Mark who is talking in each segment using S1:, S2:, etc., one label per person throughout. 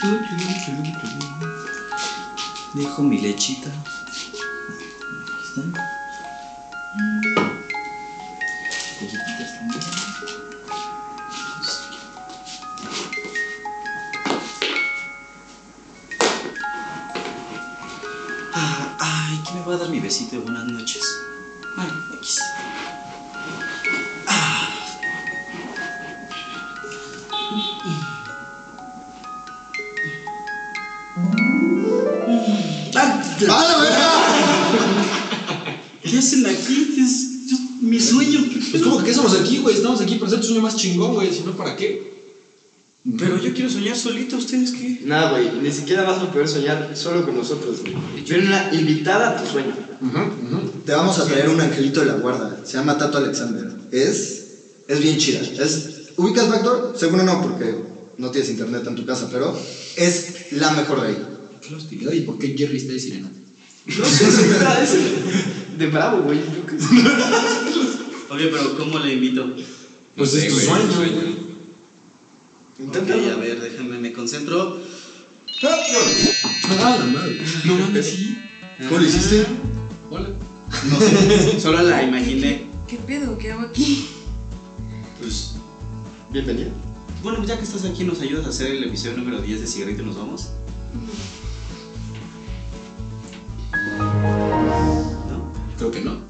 S1: Tum, tum, tum, tum. Dejo mi lechita. Aquí está. Galletitas también. Ah, ay, ¿quién me va a dar mi besito de buenas noches? Bueno, X. Ah,
S2: ¡A la verga!
S1: ¿Qué hacen aquí? ¿Qué es- yo- mi sueño. ¿qué
S2: Pues
S1: pedo?
S2: como que estamos aquí, güey. Estamos aquí para hacer tu sueño más chingón, güey. Si no, ¿para qué?
S1: Pero yo quiero soñar solito, ¿ustedes qué?
S3: Nada, güey, ni siquiera vas a poder soñar solo con nosotros, güey. Ven una invitada a tu sueño.
S2: Ajá, ajá.
S4: Te vamos a traer un angelito de la guarda. Se llama Tato Alexander. Es. Es bien chida. Es. ¿Ubicas Backdoor? Seguro no, porque no tienes internet en tu casa, pero es la mejor de ahí.
S1: ¿Qué los
S2: ¿Y oye, por qué Jerry está de sirena?
S3: No sé, ¿verdad? Es de bravo, güey. yo qué sé.
S1: Oye, pero ¿cómo le invito?
S2: Pues
S5: sé,
S2: es tu
S5: güey,
S2: sueño,
S5: es tu
S2: güey.
S5: sueño.
S3: Intenta.
S1: Ok, a ver, déjame, me concentro.
S2: Ah, la madre.
S1: No mames, sí.
S4: ¿Cómo lo hiciste?
S2: Hola.
S1: No sé, solo la Ah, imaginé.
S6: ¿Qué pedo? ¿Qué hago aquí?
S1: Pues,
S3: Bienvenida.
S1: bueno, ya que estás aquí, ¿nos ayudas a hacer el episodio número 10 de Cigarrito y nos vamos? No,
S2: Creo que no.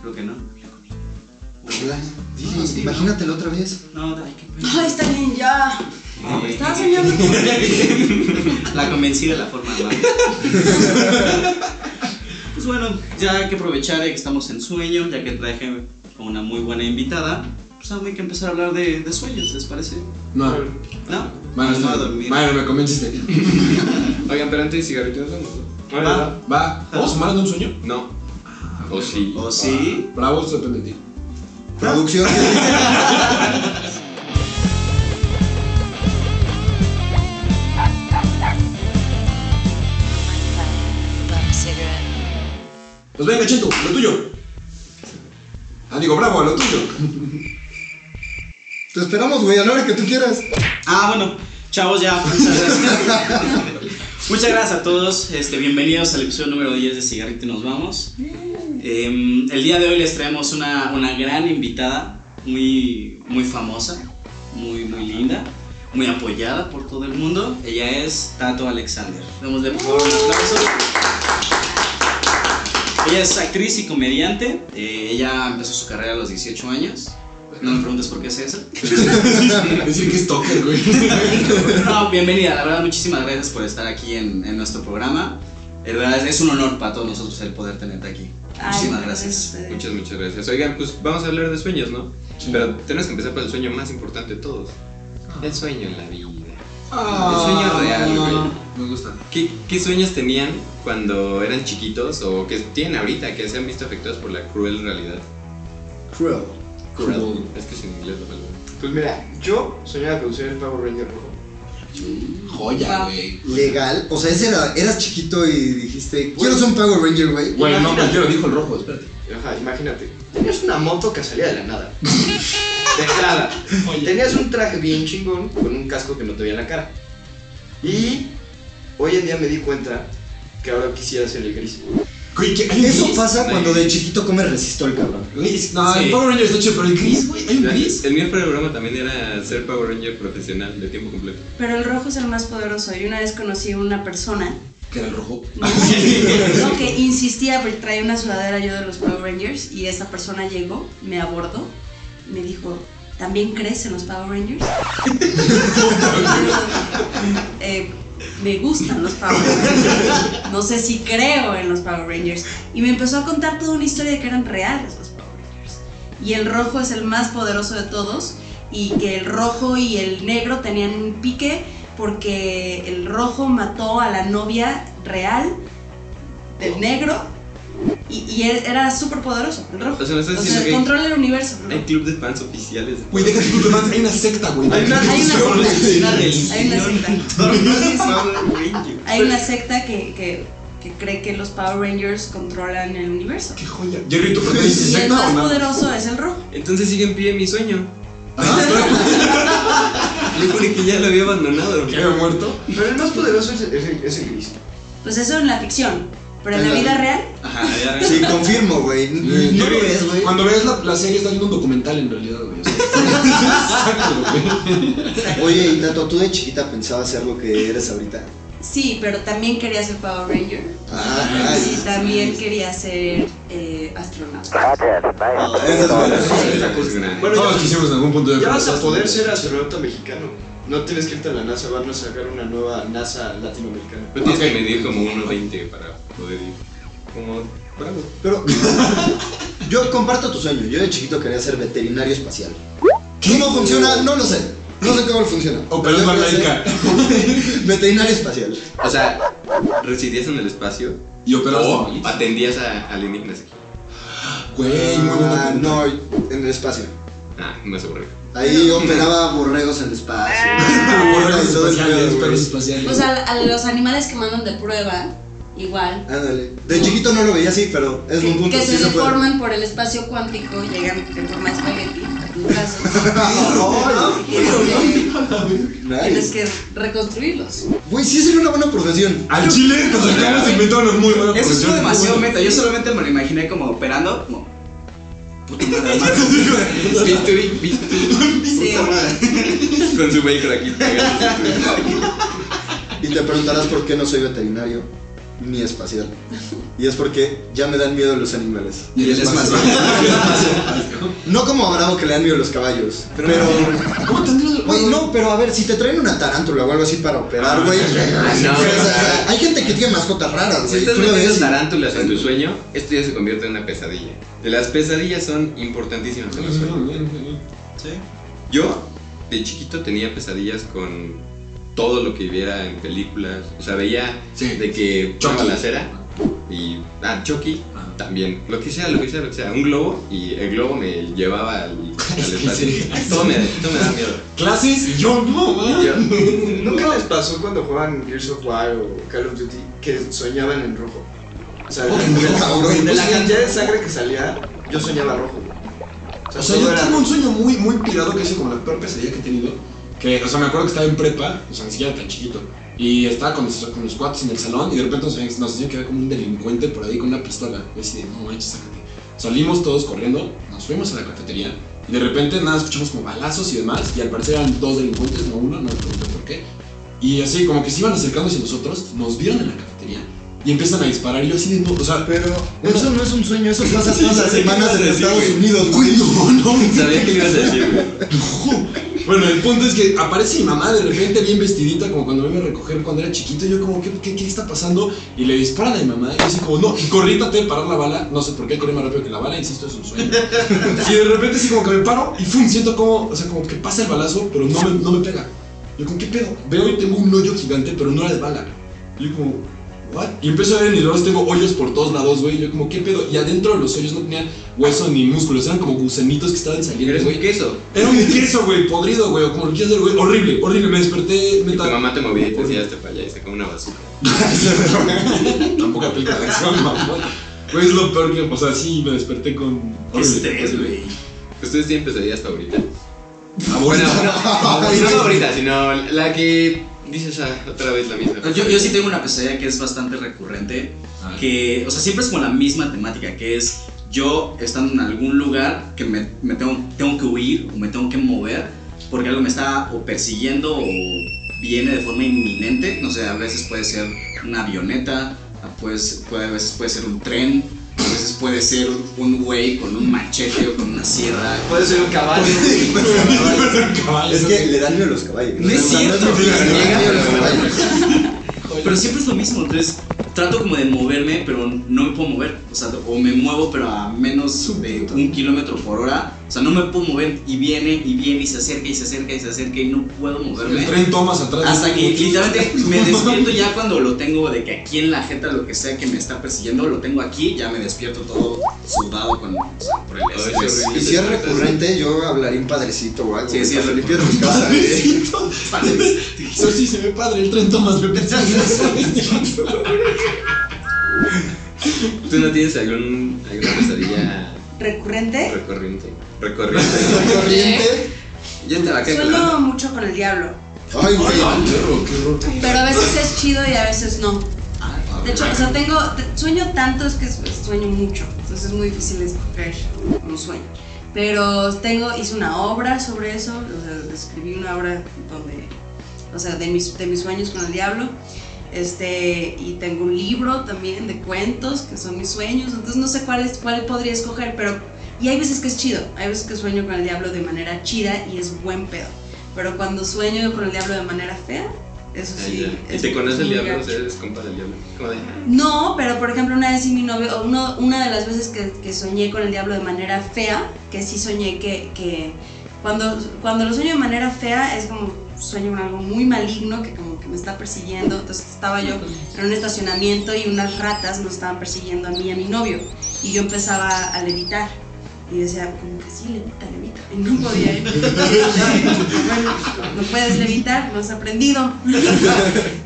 S1: creo que no.
S4: Hola. Sí,
S1: Ah, sí,
S4: imagínatelo otra vez.
S1: No, ay, qué pena.
S6: Ay, está bien, ya.
S4: Ah,
S1: Ay,
S4: pues,
S6: Estaba soñando con
S1: La convencida de la forma de amar. Pues bueno, ya hay que aprovechar eh, que estamos en sueño, ya que traje a una muy buena invitada. Pues ahora hay que empezar a hablar de, de sueños, ¿les parece?
S2: No.
S1: ¿No?
S2: Bueno,
S1: no
S2: no,
S1: a dormir.
S2: bueno, me convenciste.
S5: Oigan, pero antes de cigarritos vamos.
S3: Ah,
S1: Va.
S2: Va. ¿Dos semanas de un sueño?
S5: No. ¿O sí?
S1: ¿O sí?
S2: Bravo, estoy pendiente.
S4: Producción.
S2: Pues venga, Chento, lo tuyo. Ah, digo, bravo, lo tuyo.
S4: Te esperamos, güey, a la hora que tú quieras.
S1: Ah, bueno, chavos, ya, muchas gracias. muchas gracias a todos, este, bienvenidos al episodio número 10 de Cigarrito y nos vamos. Em, el día de hoy les traemos una, una gran invitada, muy, muy famosa, muy, muy linda, muy apoyada por todo el mundo. Ella es Tato Alexander. Démosle por favor un aplauso. Ella es actriz y comediante. eh, ella empezó su carrera a los 18 años. No me preguntes por qué es eso.
S2: Es decir, que es toque, güey.
S1: No, bienvenida, la verdad, muchísimas gracias por estar aquí en, en nuestro programa. De verdad, es, es un honor para todos nosotros el poder tenerte aquí. Muchísimas gracias.
S6: este,
S5: Muchas, muchas gracias. Oigan, pues vamos a hablar de sueños, ¿no? Pero tenemos que empezar por el sueño más importante de todos. El sueño en la vida.
S2: Ah,
S5: sueño real, güey.
S2: Me gusta.
S5: ¿Qué, qué sueños tenían cuando eran chiquitos o que tienen ahorita que se han visto afectados por la cruel realidad?
S4: Cruel.
S5: Cruel. Es que es en inglés la palabra.
S3: Pues mira, yo soñaba con ser el pavo ranger rojo.
S2: Joya,
S6: Wow.
S2: güey.
S4: Legal. O sea, ese era, eras chiquito y dijiste, quiero ser un Power Ranger, güey.
S2: Güey, no, cualquiera dijo el rojo, espérate.
S3: Ajá, imagínate. Tenías una moto que salía de la nada. De entrada. Tenías un traje bien chingón con un casco que no te veía la cara. Y hoy en día me di cuenta que ahora quisiera ser el gris.
S2: Güey, ¿qué? ¿Hay un
S4: Eso
S2: gris?
S4: pasa cuando de chiquito comes resistol, cabrón.
S2: Güey, es- No,
S5: Sí.
S2: el Power Ranger está chido, pero el gris, güey. ¿Hay un gris?
S5: El mío para el programa también era ser Power Ranger profesional de tiempo completo.
S6: Pero el rojo es el más poderoso. Y una vez conocí a una persona
S2: Que era el rojo.
S6: ¿no?
S1: Ah,
S6: No, que insistía, porque traía una sudadera yo de los Power Rangers y esa persona llegó, me abordó, y me dijo, ¿también crees en los Power Rangers? Eh, me gustan los Power Rangers, no sé si creo en los Power Rangers. Y me empezó a contar toda una historia de que eran reales los Power Rangers. Y el rojo es el más poderoso de todos y que el rojo y el negro tenían un pique porque el rojo mató a la novia real
S2: Oh.
S6: del negro y, y él era súper poderoso, el rojo.
S5: O sea, me estás
S6: O
S5: diciendo
S6: sea,
S5: que hay-
S6: controla el universo. el
S5: hay
S6: rojo.
S5: club de fans oficiales.
S2: Güey, déjate tú, Tomás, hay una secta, güey.
S3: Hay una-
S6: Hay una secta, hay una secta.
S1: Power Ranger.
S6: Hay una secta que, que- que cree que los Power Rangers controlan el universo.
S2: Qué joya. Jerry, ¿tú prefieres
S6: Y el
S2: secta
S6: más
S2: o no?
S6: poderoso es el rojo.
S5: Entonces sigue en pie mi sueño.
S2: Ah, espera.
S5: Yo juré que ya lo había abandonado.
S2: ¿Que había muerto?
S3: Pero el más poderoso es, es el- es el gris.
S6: Pues eso en la ficción. Pero en
S4: En
S6: la
S4: la
S6: vida
S4: vida.
S6: real,
S1: Ajá, la vida real.
S4: Sí, confirmo, güey. No
S2: Yo-
S4: lo ves, güey.
S2: Cuando ves la, la serie estás viendo un documental en realidad, güey. o sea, Sácalo, güey.
S4: Oye, y Tato, ¿tú de chiquita pensabas ser lo que eres ahorita?
S6: sí, pero también quería ser Power Ranger.
S4: Ah,
S6: Y también quería ser eh, astronauta.
S5: Esa cosa es grande.
S3: Bueno,
S2: Todos
S3: ya-
S2: quisimos en algún punto de
S3: Ya vas a poder ser astronauta mexicano. No tienes que irte a la NASA, van a sacar una nueva NASA latinoamericana.
S5: Pero tienes que medir como 1.20 para poder ir. Como bravo.
S4: Pero yo comparto tu sueño. Yo de chiquito quería ser veterinario espacial. ¿Cómo funciona? No lo sé. No sé cómo funciona.
S2: O
S4: Pero yo
S2: pelando a
S4: quería
S2: Laika.
S4: ser Veterinario espacial.
S5: O sea, residías en el espacio
S2: Y operas.
S5: o atendías a alienígenas aquí.
S2: Güey, muy
S4: Ah,
S2: buena
S4: no, en el espacio.
S5: Ah, más aburrido.
S4: Ahí operaba borregos en el espacio.
S2: Borregos
S4: Todo el
S2: Ah, espaciales,
S4: pedo, güey.
S2: perros espaciales.
S6: Pues a, a los animales que mandan de prueba, igual.
S4: Ándale. De chiquito no lo veía así, pero es un
S6: Que,
S4: punto.
S6: que
S4: sí
S6: se
S4: se puede.
S6: deforman por el espacio cuántico, llegan en forma de espagueti a tus brazos.
S4: Ay,
S6: Este, Tienes
S4: nice.
S6: que reconstruirlos.
S4: Güey, sí sería una buena profesión.
S2: Al chile nos acabas de inventar una muy buena
S1: Eso
S2: profesión.
S1: es demasiado
S2: Muy
S1: meta.
S2: buena.
S1: pues, Yo solamente me lo imaginé como operando, como. Puta madre, madre.
S5: Victory, Victory.
S6: Sí.
S5: Con su vehículo aquí.
S4: Y te preguntarás por qué no soy veterinario ni espacial. Y es porque ya me dan miedo los animales.
S2: Y el espacio.
S4: No como a Bravo que le dan miedo los caballos. Pero.
S2: ¿Cómo tendrías-
S4: Güey, no, pero a ver, si te traen una tarántula o algo así para operar, güey.
S5: no,
S4: o sea,
S5: no.
S4: hay gente que tiene mascotas raras,
S5: Si
S4: güey.
S5: estás
S4: Tú lo
S5: metiendo
S4: ves y-
S5: tarántulas en tu sueño, esto ya se convierte en una pesadilla. De las pesadillas son importantísimas en los sueños. Yo, de chiquito, tenía pesadillas con todo lo que viera en películas. O sea, veía
S2: Sí.
S5: de que
S2: Chucky.
S5: una balacera y. Ah, Chucky
S2: Ajá.
S5: también. Lo que sea, lo que sea, lo que sea. Un globo y el globo me llevaba al, al
S2: Es que
S5: espacio.
S2: sí.
S5: Todo me, todo me da miedo.
S2: Clases y yo no, güey.
S5: Yo-
S3: ¿Nunca les pasó cuando jugaban Gears of War o Call of Duty que soñaban en rojo? O
S5: Oh,
S3: sea, de,
S4: cabrón.
S3: de la cantidad de sangre que salía, yo soñaba rojo. güey.
S2: O sea, yo
S3: todo era
S2: tengo un
S3: rojo.
S2: sueño muy, muy pirado que es como la peor pesadilla que he tenido. Que, o sea, me acuerdo que estaba en prepa, o sea, ni siquiera tan chiquito. Y estaba con, mis- con mis cuates en el salón y de repente nos, nos decían que había como un delincuente por ahí con una pistola. Y así de, no manches, sácate. Salimos todos corriendo, nos fuimos a la cafetería. Y de repente nada, escuchamos como balazos y demás. Y al parecer eran dos delincuentes, no uno, no me pregunté por qué. Y así, como que se iban acercando hacia nosotros, nos vieron en la cafetería. Y empiezan a disparar y yo así de, no, o sea,
S4: Pero eso no es un sueño, eso pasa todas las
S5: Sí, sí,
S4: semanas
S5: sí,
S4: en
S5: sí,
S4: Estados
S5: güey.
S4: Unidos, güey.
S2: Uy, no, no,
S5: Sabía que le ibas a decir, güey.
S2: Bueno, el punto es que aparece mi mamá de repente bien vestidita, como cuando me iba a recoger cuando era chiquito. y Yo, como, ¿qué, qué, qué está pasando? Y le disparan a mi mamá. Y yo, así, como, no, y corrí, traté de parar la bala. No sé por qué corrí más rápido que la bala, insisto, es un sueño. Y de repente, así como que me paro y fum, siento como, o sea, como que pasa el balazo, pero no me, no me pega. Yo, como, ¿qué pedo? Veo y tengo un hoyo gigante, pero no era de bala. Y yo, como, ¿what? Y empiezo a ver en mis brazos, tengo hoyos por todos lados, güey. y Yo, como, ¿qué pedo? Y adentro de los hoyos no tenían hueso ni músculos, eran como gusanitos que estaban saliendo,
S5: Eres
S2: güey.
S5: muy queso.
S2: Era un queso, güey, podrido, güey, o como lo quieras decir, güey, horrible, horrible. Me desperté,
S5: Y tu
S2: neta.
S5: mamá te movía y te decía, hasta para allá y sacó una basura.
S2: Tampoco aplica la acción, mamón. Güey, es lo peor que me pasó. Sí, me desperté con.
S1: Qué estrés,
S2: horrible.
S1: güey.
S5: ¿Ustedes tienen pesadillas favoritas?
S2: Ah,
S5: Bueno,
S2: bueno. Ah,
S5: no favorita, sino la que dices ah, otra vez la misma.
S1: Yo, yo sí tengo una pesadilla que es bastante recurrente.
S2: ah,
S1: Que, o sea, siempre es como la misma temática, que es yo estando en algún lugar que me, me tengo, tengo que huir o me tengo que mover porque algo me está o persiguiendo o viene de forma inminente. No sé, a veces puede ser una avioneta, a, pues, puede, a veces puede ser un tren, a veces puede ser un güey con un machete o con una sierra.
S3: Puede ser un caballo.
S4: Es que le dan miedo los caballos.
S1: No es
S4: O sea,
S1: cierto,
S4: mentira,
S1: güey,
S4: le dan miedo los caballos.
S1: Pero siempre es lo mismo, entonces trato como de moverme, pero no me puedo mover. O sea, o me muevo, pero a menos de un kilómetro por hora. O sea, no me puedo mover y viene y viene y se acerca y se acerca y se acerca y no puedo
S2: El
S1: moverme.
S2: tren tomas atrás.
S1: Hasta que literalmente me despierto ya cuando lo tengo de que aquí en la jeta, lo que sea que me está persiguiendo, lo tengo aquí, ya me despierto todo sudado con, o sea, por el
S5: Ay,
S1: estrés.
S5: qué
S4: Y si es recurrente, yo hablaría un padrecito o algo.
S1: Sí, sí,
S4: güey,
S1: es
S4: para
S1: recurrente.
S4: limpiar tu casa, güey.
S2: Eso sí se ve padre, el tren tomas, me pensé en eso.
S5: ¿Tú no tienes algún, alguna pesadilla
S6: ¿Recurrente?
S5: recurrente? Recorriente.
S4: Corriente.
S5: Ya te la cae
S6: Sueño mucho con el diablo.
S4: Ay, güey.
S2: Ay, ay, qué horror, qué horror.
S6: Pero a veces es chido y a veces no. De hecho, o sea, tengo, te- sueño tanto es que su- sueño mucho, entonces es muy difícil escoger un sueño. Pero tengo, hice una obra sobre eso, o sea, escribí una obra donde, o sea, de mis, de mis sueños con el diablo. Este, y tengo un libro también de cuentos que son mis sueños, entonces no sé cuál, es- cuál podría escoger, pero... Y hay veces que es chido, hay veces que sueño con el diablo de manera chida y es buen pedo. Pero cuando sueño con el diablo de manera fea, eso sí...
S5: Ah, Y
S6: es
S5: te conoce el
S6: muy
S5: diablo, o
S6: gacho.
S5: sea, eres compa del diablo. Como de,
S6: No, pero por ejemplo, una vez sí mi novio, o uno- una de las veces que, que soñé con el diablo de manera fea, que sí soñé que, que cuando, cuando lo sueño de manera fea es como sueño con algo muy maligno que como que me está persiguiendo. Entonces estaba yo en un estacionamiento y unas ratas nos estaban persiguiendo a mí y a mi novio. Y yo empezaba a levitar. Y decía, como que sí, levita, levita. Y no podía ir. bueno, no puedes levitar, no has aprendido.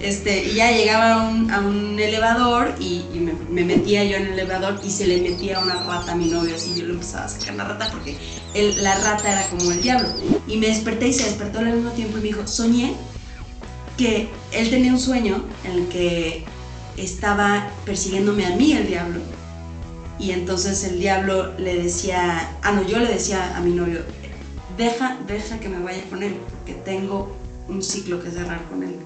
S6: Este, y ya llegaba a un, a un elevador y, y me, me metía yo en el elevador y se le metía una rata a mi novio. Así yo le empezaba a sacar la rata porque el- la rata era como el diablo. Y me desperté y se despertó al mismo tiempo y me dijo, soñé que él tenía un sueño en el que estaba persiguiéndome a mí el diablo. Y entonces el diablo le decía, ah no, yo le decía a mi novio, deja, deja que me vaya con él, porque tengo un ciclo que cerrar con él.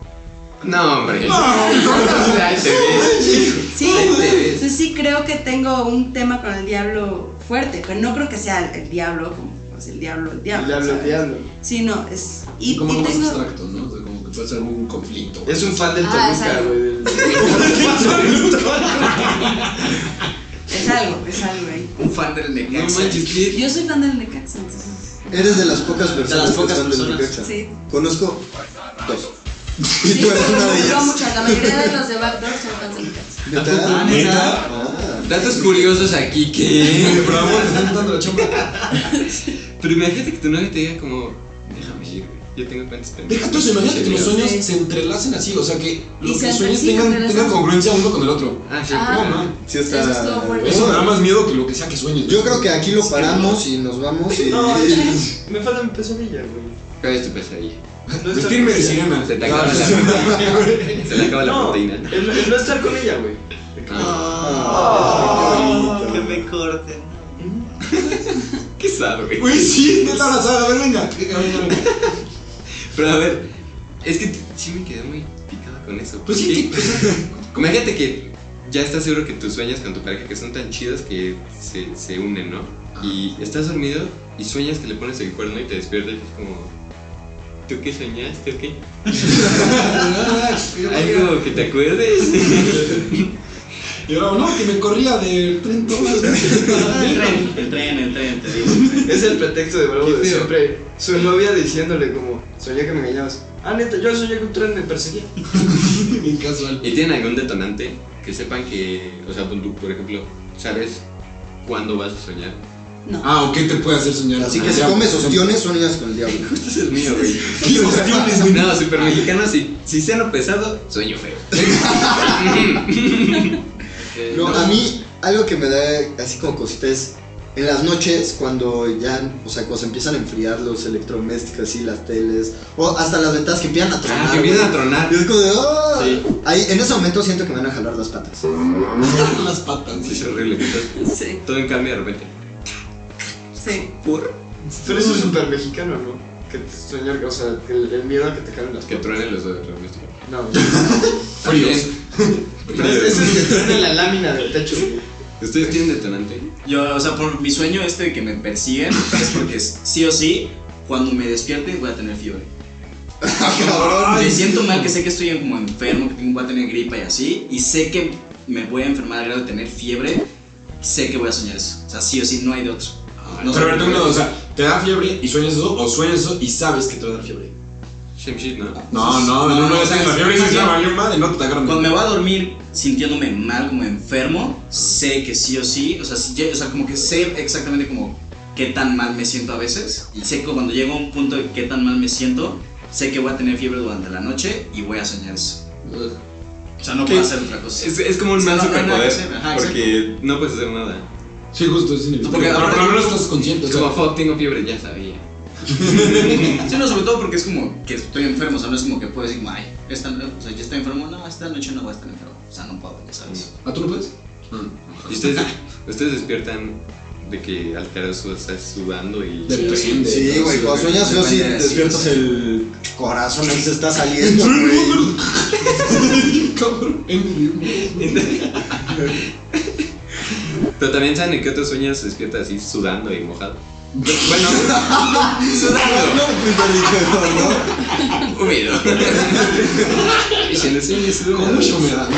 S5: No, hombre. Ahí te ves.
S6: Sí,
S5: Ahí te ves.
S6: entonces sí creo que tengo un tema con el diablo fuerte, pero no creo que sea el, el diablo como pues, el diablo, el diablo.
S3: El diablo, el
S6: ¿sabes?
S3: diablo.
S6: Sí, no, es... Y,
S2: Y como
S6: y
S2: algo más
S6: tengo-
S2: abstracto, ¿no? O sea, como que puede ser algún conflicto.
S3: Es un fan del
S6: Ah,
S3: Toluca,
S6: exacto.
S3: güey. del-
S6: es algo, es algo ahí.
S5: Un fan del
S2: No
S5: Necaxa.
S2: manches, qué.
S6: Yo soy fan del Necaxa, entonces...
S4: Eres de las pocas personas.
S1: De las pocas
S4: que son del
S1: personas.
S4: Necaxa.
S6: Sí.
S4: Conozco dos. Y
S6: Sí,
S4: tú eres una de
S6: no,
S4: ellas.
S6: muchas, la mayoría de los de Backdoor son fans del Necaxa.
S4: ¿Neta?
S1: Ah, ¿neta?
S4: Ah.
S5: Datos curiosos aquí que.
S2: Bravo, le están dando la chamba.
S5: Pero imagínate que tu novio te diga como, déjame ir, güey. Yo tengo cuentas pendientes.
S2: Deja tú, se imagina que los
S5: Sí,
S2: sueños
S6: Sí.
S2: se entrelacen así, o sea que los
S6: se
S2: que sueños
S6: persiguen,
S2: tengan,
S6: pero
S2: tengan
S6: eso-
S2: congruencia uno con el otro.
S5: Ah, sí.
S6: Ah.
S5: ¿cómo no?
S4: Sí está-
S6: Eso estuvo fuerte.
S2: Eso me da más miedo que lo que sea que sueñes.
S4: Yo creo que aquí lo paramos y nos vamos. y-
S3: No, ya, me falta mi pesadilla, güey.
S5: ¿Cuál es tu pesadilla?
S3: No estar
S2: Vestirme
S3: con
S2: de
S3: ella.
S2: sirena. Ah,
S5: Se te acaba la Se le acaba la
S3: No,
S5: proteína.
S3: el, el no estar con ella, güey.
S5: Ah,
S4: Ah, qué
S1: que
S4: bonito.
S1: me corten.
S5: ¿Qué sabe?
S2: Güey, sí, neta abrazada. A ver, venga. Venga, venga, venga.
S5: Pero a ver, es que sí me quedé muy picada con eso.
S2: Pues sí,
S5: porque- Imagínate que ya estás seguro que tus sueños con tu pareja que son tan chidos que se, se unen, ¿no? Y estás dormido y sueñas que le pones el cuerno y te despiertas y es como. ¿Tú qué soñaste o qué? Algo que te acuerdes.
S2: Y ahora, no, que me corría del tren Tomás.
S1: El tren, el tren, el tren, te digo.
S3: Es el pretexto de Bravo
S5: Qué
S3: de
S5: feo.
S3: siempre. Su novia diciéndole como, soñé que me engañabas. Ah, neta, yo soñé que un tren me perseguía.
S2: Bien casual.
S5: ¿Y tienen algún detonante? Que sepan que, o sea, pon tú, por ejemplo, ¿sabes cuándo vas a soñar?
S6: No.
S2: Ah, ¿o qué te puede hacer soñar? Ah,
S4: Así que si comes ostiones, sueñas con el diablo.
S2: Este
S5: Justo es el mío, güey.
S2: ¿Qué ostiones, güey?
S5: No, super mexicano, si, si ceno pesado, sueño feo.
S4: No, a mí algo que me da así como cosita es en las noches cuando ya, o sea, cuando se empiezan a enfriar los electrodomésticos y las teles, o hasta las ventanas que empiezan a tronar.
S5: Ah, que empiezan a
S4: güey.
S5: tronar.
S4: Y es como de, ¡ah!
S5: Sí.
S4: Ahí, en ese momento siento que me van a jalar las patas.
S2: las patas.
S5: Sí, es horrible. que estás-
S6: Sí,
S5: Todo en cambio de repente.
S6: sí.
S5: ¿Por?
S3: Pero
S5: Mm.
S3: eso es súper mexicano, ¿no? Que te soñar, o sea, que el, el miedo a que te calen las
S5: Que
S3: patas.
S5: truenen los electrodomésticos.
S3: No, güey.
S2: Fríos.
S3: No, ese es el que truene la lámina del techo, güey.
S5: ¿Ustedes tienen detonante?
S1: Yo, o sea, por mi sueño este de que me persiguen es porque es- sí o sí, cuando me despierte voy a tener fiebre. Me siento mal que sé que estoy como enfermo, que tengo- voy a tener gripa y así, y sé que me voy a enfermar al grado de tener fiebre, sé que voy a soñar eso. O sea, sí o sí, no hay de otro.
S2: No, pero a ver, tú no, o sea, ¿te da fiebre y sueñas eso o sueñas eso y sabes que te va a dar fiebre?
S5: Same shit, ¿no?
S2: No, no, no, no, no, la fiebre y se valió madre, no te agarran.
S1: Cuando me voy a dormir sintiéndome mal, como enfermo, sé que sí o sí, o sea, si lle- o sea, como que sé exactamente como qué tan mal me siento a veces, y sé que cuando llego a un punto de qué tan mal me siento, sé que voy a tener fiebre durante la noche y voy a soñar eso. O sea, no puedo
S5: ¿Qué?
S1: hacer otra cosa.
S5: Es, es como un
S1: Sí,
S5: mal
S1: no, no hay nada que hacer,
S5: superpoder.
S1: ajá,
S5: Porque no puedes hacer nada.
S2: Sí, justo, es inevitable.
S1: Porque
S2: Pero por
S1: aparte-
S2: lo menos estás consciente, o
S5: Es como,
S2: sea,
S5: fuck, tengo fiebre, ya sabía.
S1: Sí, no, sobre todo porque es como que estoy enfermo, o sea, no es como que puedo decir, ay, esta, o sea, yo estoy enfermo, no, esta noche no voy a estar enfermo, o sea, no puedo, ya sabes.
S2: ¿A tú no puedes? Mm.
S5: Y ustedes, ustedes despiertan de que Alterazo está sudando y.
S2: Depresión de-
S4: Sí, güey, cuando sueñas yo sí
S1: Depende de-
S4: despiertas el corazón ahí se está saliendo, güey.
S2: Cabrón, en mi
S5: Pero también saben en qué otros sueños se despierta así sudando y mojado. Bueno, sudando, húmedo. Y si en el sueño es húmedo.
S2: Con mucha humedad.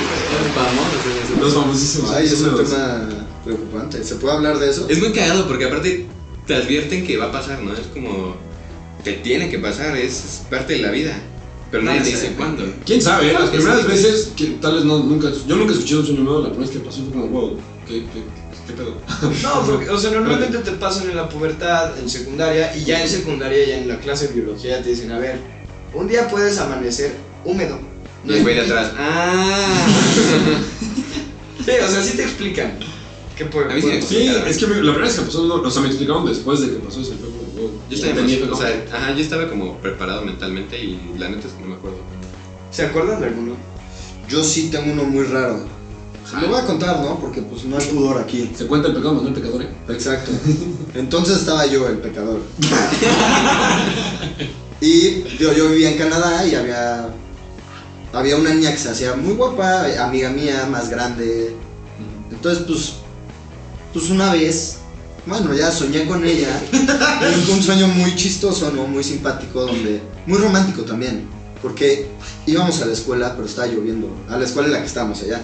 S5: Vamos, los sueños húmedos.
S2: Los famosísimos.
S4: Ay, es un
S2: los-
S4: tema preocupante. ¿Se puede hablar de eso?
S5: Es muy cagado porque aparte te advierten que va a pasar, ¿no? Es como que tiene que pasar, es, es parte de la vida. Pero nadie
S1: No
S5: te
S1: sé.
S5: dice cuándo.
S2: ¿Quién sabe? eh? Las primeras veces que tal vez no, nunca. Yo nunca escuché un sueño nuevo, la primera vez que pasó fue como, wow, ¿qué, qué, qué pedo?
S3: No, porque, o sea, normalmente te pasan en la pubertad, en secundaria, y ya en secundaria, ya en la clase de biología, te dicen, a ver, un día puedes amanecer húmedo.
S5: Y el güey de atrás. ¡Ah!
S3: Sí, o sea, sí te explican. ¿Qué puede
S5: A mí sí me
S3: puede-
S2: Sí, es que me- la primera vez que pasó, no, o sea, me explicaron después de que pasó eso, y fue como, wow.
S5: Yo estaba,
S2: Tenía
S5: emo-
S2: fe,
S5: o
S2: ¿no?
S5: sea, ajá, yo estaba como preparado mentalmente y la neta es que no me acuerdo.
S3: ¿Se acuerdan de alguno?
S4: Yo sí tengo uno muy raro. Se Lo voy a contar, ¿no? Porque pues no hay pudor aquí.
S2: Se cuenta el pecado, mas no el pecador, ¿eh?
S4: Exacto. Entonces estaba yo, el pecador. Y yo, yo vivía en Canadá y había, había una niña que se hacía muy guapa, amiga mía, más grande. Entonces, pues, pues una vez, bueno, ya soñé con ella. un, un sueño muy chistoso, ¿no? Muy simpático, donde, muy romántico también. Porque íbamos a la escuela, pero estaba lloviendo. A la escuela en la que estábamos allá.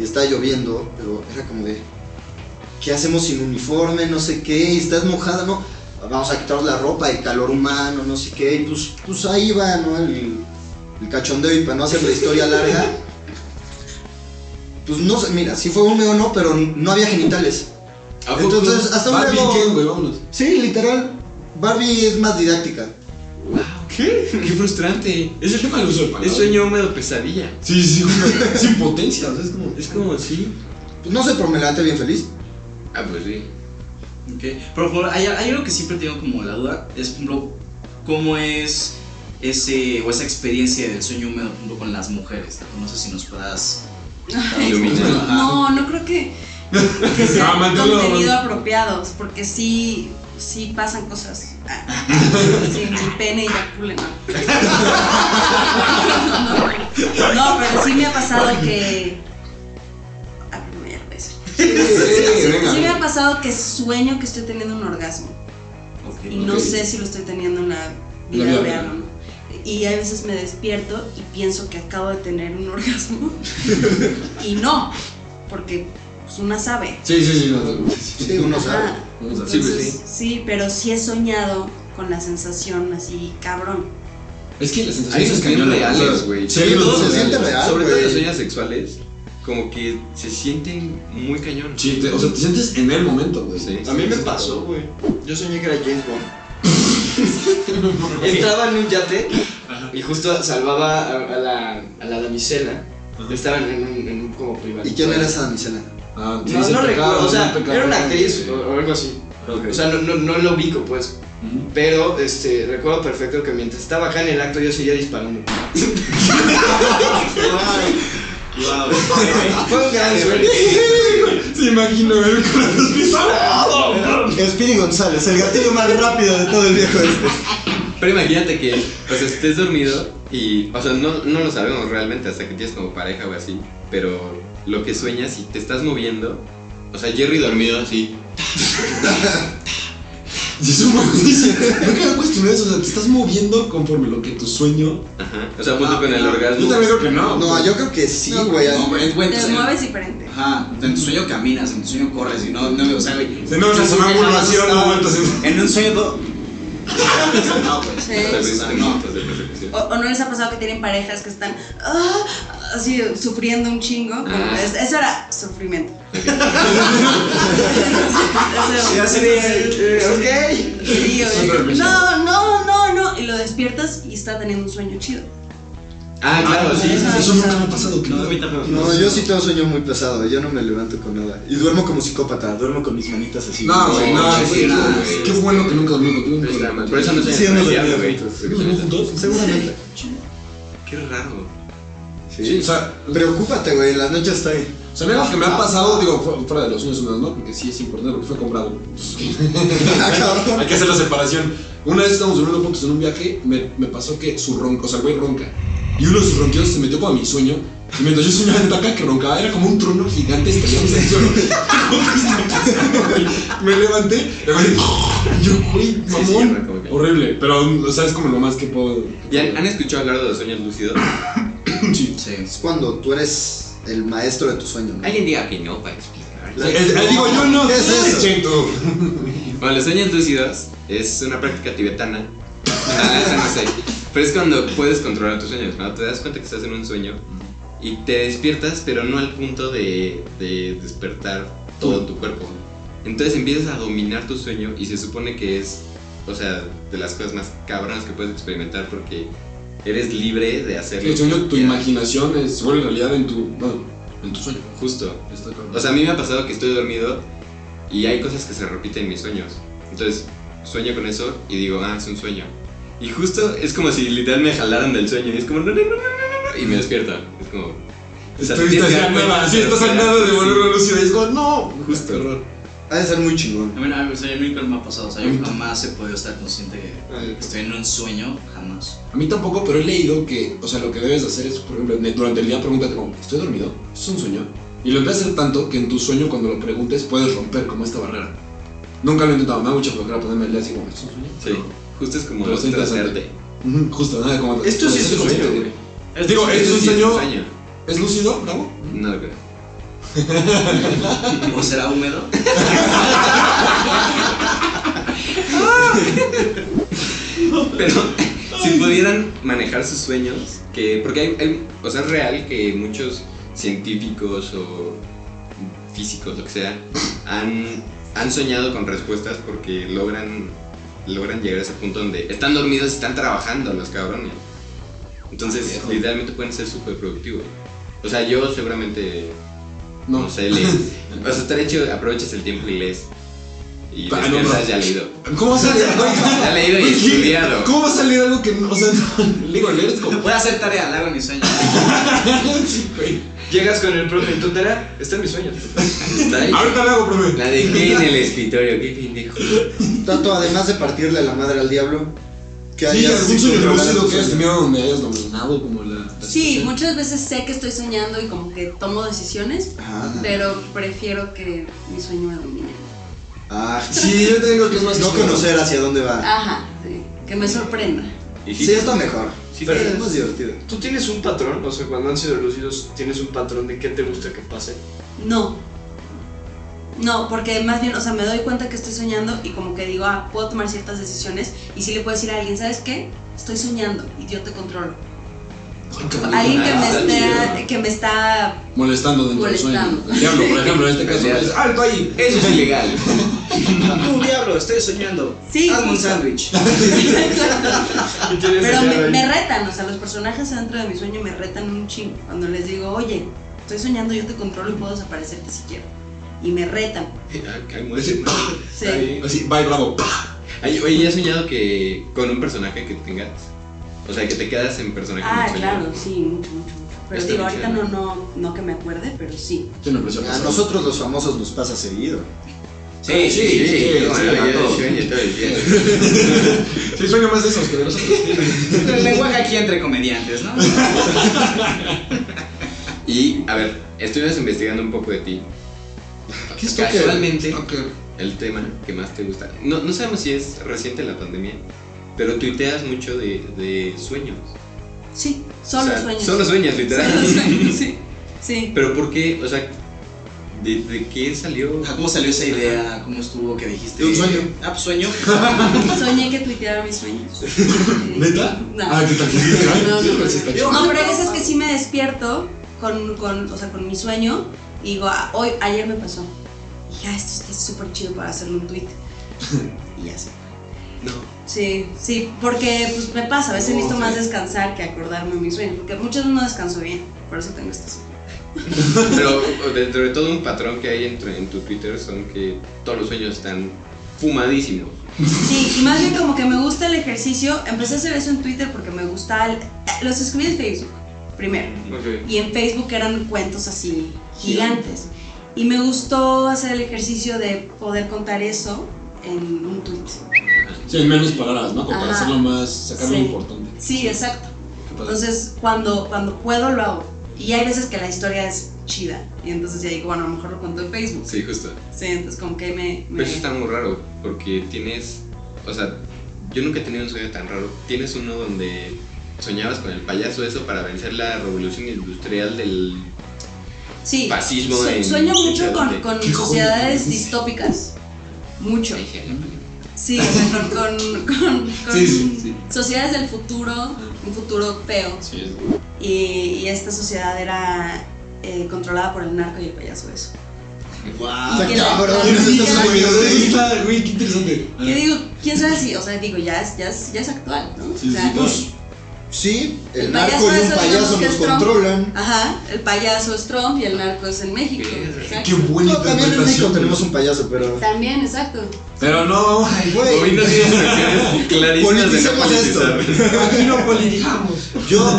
S4: Y estaba lloviendo, pero era como de, ¿qué hacemos sin uniforme? No sé qué, y estás mojada, ¿no? Vamos a quitarnos la ropa y calor humano, no sé qué, y pues, pues ahí va, ¿no? El, el cachondeo, y para no hacer la historia larga. Pues no sé, mira, sí fue húmedo o no, pero no había genitales.
S2: ¿A poco?
S4: Entonces, hasta
S2: Va
S4: luego.
S2: bien, ¿qué, güey? Vámonos.
S4: Sí, literal, Barbie es más didáctica.
S5: ¡Qué frustrante!
S2: Es el tema del uso del
S5: Es sueño húmedo pesadilla.
S2: Sí, sí, güey. Sin potencia, o sea, es como.
S5: Es como sí.
S4: Pues no sé, pero me levanté bien feliz.
S5: Ah, pues sí.
S1: Ok, pero por favor, hay, hay algo que siempre tengo como la duda, es por ejemplo, cómo es ese, o esa experiencia del sueño húmedo, por ejemplo, con las mujeres, ¿no? no sé si nos puedas...
S5: Iluminar.
S6: No, no creo que, que sea
S2: Ah, manténlo.
S6: contenido apropiados, porque sí, sí pasan cosas. Ah, sin, sin pene y acule, no. no. No, pero sí me ha pasado que. Ah, no, ya lo voy a decir.
S2: Sí,
S6: Sí,
S2: venga.
S6: sí me ha pasado que sueño que estoy teniendo un orgasmo y no
S2: Ok.
S6: sé si lo estoy teniendo en la vida
S2: La vida
S6: real
S2: real.
S6: o no. Y a veces me despierto y pienso que acabo de tener un orgasmo y no, porque pues, una sabe.
S2: Sí, sí, sí. no, sí,
S4: Sí, uno sabe.
S6: Ajá.
S2: Vamos a-
S5: Sí, pues,
S6: Entonces, sí, pero sí he soñado con la sensación así, cabrón.
S2: Es que las
S5: Hay
S2: sensaciones
S5: unos bien
S2: cañonas,
S5: reales,
S2: o sea,
S5: güey.
S2: Sí, hay unos
S4: Todo se
S2: reales.
S4: siente real,
S5: Sobre todo
S4: güey.
S5: los sueños sexuales, como que se sienten muy cañón.
S2: Sí, te- o sea, te sientes en el momento, güey.
S5: Sí.
S3: A mí me pasó, güey. Yo soñé que era James Bond. Entraba en un yate y justo salvaba a, a la, a la damisela.
S2: Ajá.
S3: Estaban en un, en un como privado.
S4: ¿Y quién era esa damisela?
S2: Ah, sí,
S3: No,
S2: se
S3: no
S2: te acaba,
S3: recuerdo, o sea,
S2: no te acaba.
S3: era una actriz o, o algo así.
S2: Ok.
S3: O sea, no, no, no lo ubico, pues.
S2: Ujú.
S3: Pero este, recuerdo perfecto que mientras estaba acá en el acto yo seguía disparando.
S1: Wow.
S3: Fue un gran sueño.
S2: Se imagino el corazón disparado.
S4: Speedy González, el gatillo más rápido de todo el viejo este.
S5: Pero imagínate que, o sea, estés dormido y, o sea, no, no lo sabemos realmente hasta que tienes como pareja o así, pero lo que sueñas y te estás moviendo, o sea, Jerry dormido así.
S2: Sí, es un buenísimo. Nunca he cuestionado eso, o sea, te estás moviendo conforme lo que tu sueño.
S5: Ajá. O sea, junto con el
S2: Yo
S5: orgasmo.
S2: también creo que no.
S4: No, yo creo que sí,
S1: No,
S4: güey.
S1: no, güey, güey,
S5: Pues,
S6: Te
S1: o sea,
S6: mueves diferente.
S1: Ajá, en tu sueño caminas, en tu sueño corres y no, no o sea, güey.
S2: Sí, no, en el sonámbulo así, dando vueltas en-
S1: En un sueño todo. No, güey.
S6: Sí.
S5: Tal vez
S1: O sea,
S5: en
S1: no.
S5: momentos de persecución.
S6: O, o no les ha pasado que tienen parejas que están ah, así sufriendo un chingo?
S5: Ah.
S6: Bueno, es- eso era sufrimiento. Eso-
S1: Ya sé.
S3: Eh, ok.
S6: Sí, o-
S2: Son remesas.
S6: no, no, no, no. Y lo despiertas y está teniendo un sueño chido.
S5: Ah, claro, sí.
S6: sí,
S2: Eso
S6: sí.
S2: nunca me ha pasado, que
S1: No, a mí tampoco.
S4: No, yo sí tengo sueño muy pesado, yo no me levanto con nada. Y duermo como psicópata, duermo con mis manitas así.
S2: No, güey, no,
S5: No,
S2: güey,
S5: sí,
S2: no,
S5: no,
S2: güey.
S5: güey.
S2: Qué bueno que nunca dormí contigo.
S5: Pero está mal. Por eso no
S4: Sí,
S5: se
S4: hemos dormido
S5: despreciable, güey.
S4: juntos.
S2: ¿Sí dormimos juntos?
S4: Seguramente.
S5: Qué raro.
S4: Sí.
S2: Sí, o sea,
S4: Preocúpate, güey, en las noches estoy.
S2: o sea, mira lo que me ha pasado, digo, fu- fuera de los sueños unas, ¿no? Porque sí es importante, porque fue comprado.
S4: Ah,
S2: Hay que hacer la separación. Una vez estábamos durmiendo juntos en un viaje, me, me pasó que su ronco, o sea, el güey ronca. Y uno de sus ronquidos se metió como a mi sueño. Y mientras yo soñaba en taca que roncaba, era como un trono gigante estrellado en el suelo. ¿Qué está pasando, güey? me levanté, le güey, y yo, güey,
S5: Sí, sí,
S2: mamón.
S5: como que-
S2: Horrible, pero, o sea, es como lo más que puedo.
S5: ¿Y han, han escuchado hablar de los sueños lúcidos?
S2: Sí.
S1: Sí.
S4: Es cuando tú eres el maestro de tu sueño, ¿no?
S5: Alguien diga que no para explicar.
S4: La-
S2: Eh, eh, digo, yo no.
S4: ¿Qué es eso?
S2: Chento.
S5: Bueno, los sueños lúcidos es una práctica tibetana. Ah, esa no sé. Pero es cuando puedes controlar tus sueños, ¿no? Te das cuenta que estás en un sueño y te despiertas, pero no al punto de, de despertar todo tu cuerpo. Entonces empiezas a dominar tu sueño y se supone que es, o sea, de las cosas más cabronas que puedes experimentar porque eres libre de hacerlo.
S2: El sueño, tu imaginación es, se vuelve realidad en tu, bueno, en tu sueño.
S5: Justo.
S2: Está cabrón.
S5: O sea, a mí me ha pasado que estoy dormido y hay cosas que se repiten en mis sueños. Entonces, sueño con eso y digo, ah, es un sueño. Y justo es como si literal me jalaran del sueño y es como, no, no, no, no, no, no", y me despierta. Es como. o sea,
S2: Estuviste
S5: tienes
S2: así
S5: que
S2: a
S5: dar cuenta,
S2: nada, sí,
S5: pero
S2: estás a
S5: espera,
S2: nada de
S5: sí.
S2: volver a Lucio. Es como, no,
S5: Justo.
S2: qué horror.
S4: Ha de ser muy chingón.
S1: A mí, no- a mí, o sea, a mí nunca me ha pasado, o sea, yo jamás he podido estar consciente que estoy en un sueño, jamás.
S2: A mí tampoco, pero he leído que, o sea, lo que debes hacer es, por ejemplo, ne- durante el día pregúntate como, ¿estoy dormido? ¿Es un sueño? Y lo empiezas a hacer tanto que en tu sueño, cuando lo preguntes, puedes romper como esta barrera. Nunca lo he intentado, me da mucha flojera ponerme el día así como, ¿es un sueño?
S5: Sí, justo es como
S2: Pero está interesante.
S5: tratarte.
S2: Ujú, Justo, nada, como...
S3: Esto sí es un sueño, güey.
S2: Digo, es un
S5: Sí,
S2: sueño... ¿Es lúcido, bravo?
S5: No lo creo.
S1: ¿O será húmedo?
S5: Pero si pudieran manejar sus sueños, que porque hay, hay- o sea, es real que muchos científicos o físicos, lo que sea, han, han soñado con respuestas porque logran, logran llegar a ese punto donde están dormidos y están trabajando los cabrones. Entonces, literalmente pueden ser súper productivos. O sea, yo seguramente, no,
S2: No.
S5: sé, lees. O sea, estar hecho, aprovechas el tiempo y lees. Y
S2: Ah, no,
S5: despiertas
S2: no.
S5: ya leído.
S2: ¿Cómo vas a leer?
S5: Ya leído y estudiado.
S2: ¿Cómo vas a leer algo que, no- o sea, no, digo, leer es como...
S1: Voy a hacer tarea, la hago en mi sueño.
S2: Sí, güey.
S3: Llegas con el profe, tu tarea está en mis sueños.
S5: Está ahí.
S2: Ahorita lo hago, profe.
S5: La dejé en el escritorio, qué pendejo.
S4: Tanto además de partirle la madre al diablo, que
S2: Sí,
S4: hayas
S2: algún sueño
S4: controlado
S2: lúcido
S4: tu
S2: que hayas
S4: sueño.
S2: tenido donde hayas dominado como la... la
S6: Sí,
S2: situación.
S6: muchas veces sé que estoy soñando y como que tomo decisiones,
S4: Ajá.
S6: pero prefiero que mi sueño me domine.
S4: Ah,
S2: Sí, yo te digo que es más Ah.
S4: no conocer hacia dónde va.
S6: Ajá, sí, que me sorprenda.
S5: Y
S4: Sí, está mejor.
S5: sí,
S4: pero
S5: sí.
S4: es más divertido.
S3: ¿Tú tienes un patrón? O sea, cuando han sido lúcidos, ¿tienes un patrón de qué te gusta que pase?
S6: No. No, porque más bien, o sea, me doy cuenta que estoy soñando y como que digo, ah, puedo tomar ciertas decisiones y sí le puedo decir a alguien, ¿sabes qué? Estoy soñando y yo te controlo.
S2: Pues,
S6: Alguien que me,
S5: está
S6: está,
S5: chido.
S6: que me está...
S2: Molestando dentro
S6: Molestando.
S2: del sueño. El diablo, por ejemplo, en este caso.
S5: El diablo.
S2: es, ¡Alto ahí!
S5: Eso es ilegal.
S1: Tú, diablo, estoy soñando.
S6: Sí,
S1: Hazme un
S6: justo.
S1: sándwich.
S3: ¿Qué tienes
S6: Ah, Pero
S3: allá
S6: me,
S3: ahí?
S6: me retan, o sea, los personajes dentro de mi sueño me retan un chingo. Cuando les digo, oye, estoy soñando, yo te controlo y puedo desaparecerte si quiero. Y me retan.
S5: Ay, muere.
S6: Sí.
S3: Está bien.
S2: Así, bye, bravo.
S5: Ay, Oye, ¿ya has soñado que con un personaje que tengas? O sea, que te quedas en personaje en
S6: Ah,
S5: un sueño.
S6: claro, sí, mucho, mucho, mucho. Pero
S5: Está
S6: digo,
S5: bien
S6: ahorita
S5: chido,
S6: no, no, no que me acuerde, pero sí.
S2: Tiene presión.
S4: A nosotros los famosos nos pasa seguido.
S5: Sí, sí, sí.
S2: sí,
S5: sí,
S2: sí,
S5: no,
S2: a
S5: yo
S2: todos.
S5: sueño todo el día.
S2: Sí, sueño más de esos que de nosotros.
S1: El lenguaje aquí entre comediantes, ¿no?
S5: Y, a ver, estuvimos investigando un poco de ti.
S2: ¿Qué es
S5: Casualmente,
S2: Stalker.
S5: el tema que más te gusta. No, no sabemos si es reciente la pandemia, pero tuiteas mucho de, de sueños.
S6: Sí,
S5: O
S6: solo
S5: sea,
S6: sueños.
S5: Solo sueños, literal.
S6: Solo sueños, sí. Sí.
S5: Pero ¿por qué? O sea, ¿de, de qué salió?
S1: Ajá, ¿Cómo salió esa idea? ¿Cómo estuvo que dijiste?
S4: De un sueño.
S1: Ah, pues sueño.
S6: Soñé que tuiteaba mis sueños.
S2: ¿Neta?
S6: No.
S2: Ah, ¿qué tal?
S6: No, no,
S2: Pues está
S6: no.
S2: chido.
S6: No, pero hay veces que sí me despierto con, con, o sea, con mi sueño y digo, ah, hoy, ayer me pasó. Y ya, esto está súper chido para hacer un tweet. Y ya sé.
S5: No.
S6: Sí, sí, porque pues, me pasa, a veces necesito más descansar que acordarme de mis sueños, porque muchos no descanso bien, por eso tengo este estas.
S5: Pero o- dentro de todo un patrón que hay entre, en tu Twitter son que todos los sueños están fumadísimos.
S6: Sí, y más bien como que me gusta el ejercicio, empecé a hacer eso en Twitter porque me gusta, el- eh, los escribí en Facebook, primero.
S5: Ok.
S6: y en Facebook eran cuentos así gigantes. Y me gustó hacer el ejercicio de poder contar eso en un tweet.
S2: Sí, en menos palabras, ¿no? Como para
S6: Ajá.
S2: hacerlo más, sacar lo
S6: Sí.
S2: importante.
S6: Sí, exacto.
S2: Qué padre.
S6: Entonces, cuando, cuando puedo, lo hago. Y hay veces que la historia es chida. Y entonces ya digo, bueno, a lo mejor lo cuento en Facebook. Sí,
S5: Sí, justo.
S6: entonces como que me... me-
S5: Pero eso Pues está muy raro, porque tienes, o sea, yo nunca he tenido un sueño tan raro. Tienes uno donde soñabas con el payaso eso para vencer la revolución industrial del...
S6: Sí,
S5: fascismo
S6: sue-
S5: en-
S6: sueño mucho
S5: ¿Qué
S6: con, con
S2: joya?
S6: sociedades distópicas. Mucho. Sí, o sea, con, con, con- con
S2: Sí, sí, sí.
S6: sociedades del futuro, un futuro feo.
S2: Sí, es-
S6: y, y esta sociedad era eh, controlada por el narco y el payaso eso.
S1: Wow.
S4: Está
S6: Y que la-
S4: Ah, cabrón.
S6: la-
S2: Tienes
S6: la-
S2: estas curiosidades, claro, güey, qué interesante.
S6: Yo digo, quién sabe si, o sea, digo, ya es, ya es, ya es actual, ¿no? O
S2: Sí,
S6: sea,
S2: sí, claro.
S4: Pues, sí, el,
S6: El
S4: narco y
S6: payaso
S4: un
S6: eso
S4: payaso
S6: digamos que Ah,
S4: nos
S6: es Trump.
S4: controlan.
S6: Ajá, el payaso es Trump y el narco es en México.
S5: Verga.
S6: exacto.
S2: Qué buena
S4: No, también en México
S2: interpretación.
S4: tenemos un payaso, pero.
S6: También, exacto.
S2: Pero no, ay,
S4: Güey.
S5: Hoy no tienes instrucciones clarísimas de no
S4: Politicemos esto.
S5: politizar.
S2: aquí no politizamos.
S4: Yo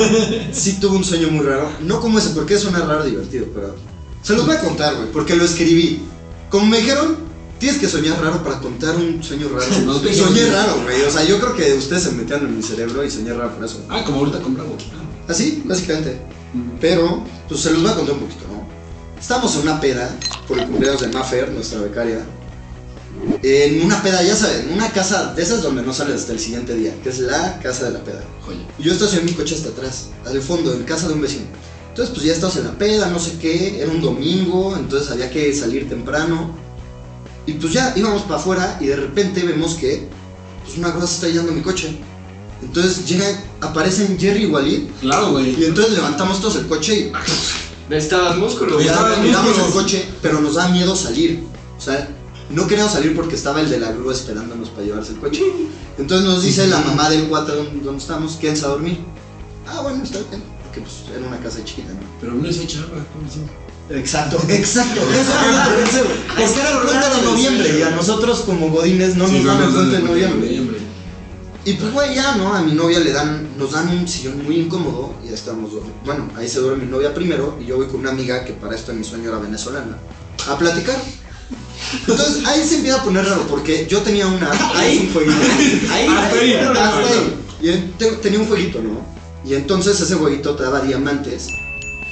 S4: sí tuve un sueño muy raro. No como ese, porque suena raro divertido, pero. Se los voy a contar, güey, porque lo escribí. Como me dijeron, tienes que soñar raro para contar un sueño raro.
S2: No te-
S4: soñé raro, güey. O sea, yo creo que ustedes se metieron en mi cerebro y soñé raro por eso.
S2: Ah, como ahorita compramos.
S4: Así, básicamente. Pero, pues se los voy a contar un poquito, ¿no? Estamos en una peda por el cumpleaños de Mafer, nuestra becaria. En una peda, ya saben, una casa de esas donde no sales hasta el siguiente día, que es la casa de la peda.
S2: Joya.
S4: Y yo estacioné mi coche hasta atrás, al fondo, en casa de un vecino. Entonces, pues ya estabas en la peda, no sé qué, era un domingo, entonces había que salir temprano. Y pues ya íbamos para afuera y de repente vemos que pues, una cosa se está llenando mi coche. Entonces llega, aparecen Jerry y Walid
S2: Claro, güey.
S4: y entonces levantamos todos el coche y
S3: Necesitabas músculo.
S2: Pues
S4: ya
S2: estaba en
S4: tiramos el
S2: músculos.
S4: coche, pero nos da miedo salir. O sea, no queríamos salir porque estaba el de la grúa esperándonos para llevarse el coche. Entonces nos dice la mamá del cuatro donde donde estamos, quédense a dormir. Ah, bueno, está bien. Porque pues era una casa chiquita, ¿no?
S2: Pero no es hecha agua, ¿cómo decimos?
S4: Exacto, exacto. Eso fue lo que pensé, güey. Porque era el 30 de noviembre y a nosotros como godines no
S2: Sí,
S4: nos damos cuenta en
S2: no,
S4: noviembre. Y pues, güey, ya, ¿no? A mi novia le dan, nos dan un sillón muy incómodo y ya estamos durmiendo. Bueno, ahí se duerme mi novia primero y yo voy con una amiga que para esto en mi sueño era venezolana a platicar. Entonces ahí se empieza a poner raro porque yo tenía una. Ahí es un jueguito. Ahí,
S2: Hasta ahí, no, no,
S4: hasta
S2: no.
S4: ahí. Y en- te- tenía un jueguito, ¿no? Y entonces ese jueguito te daba diamantes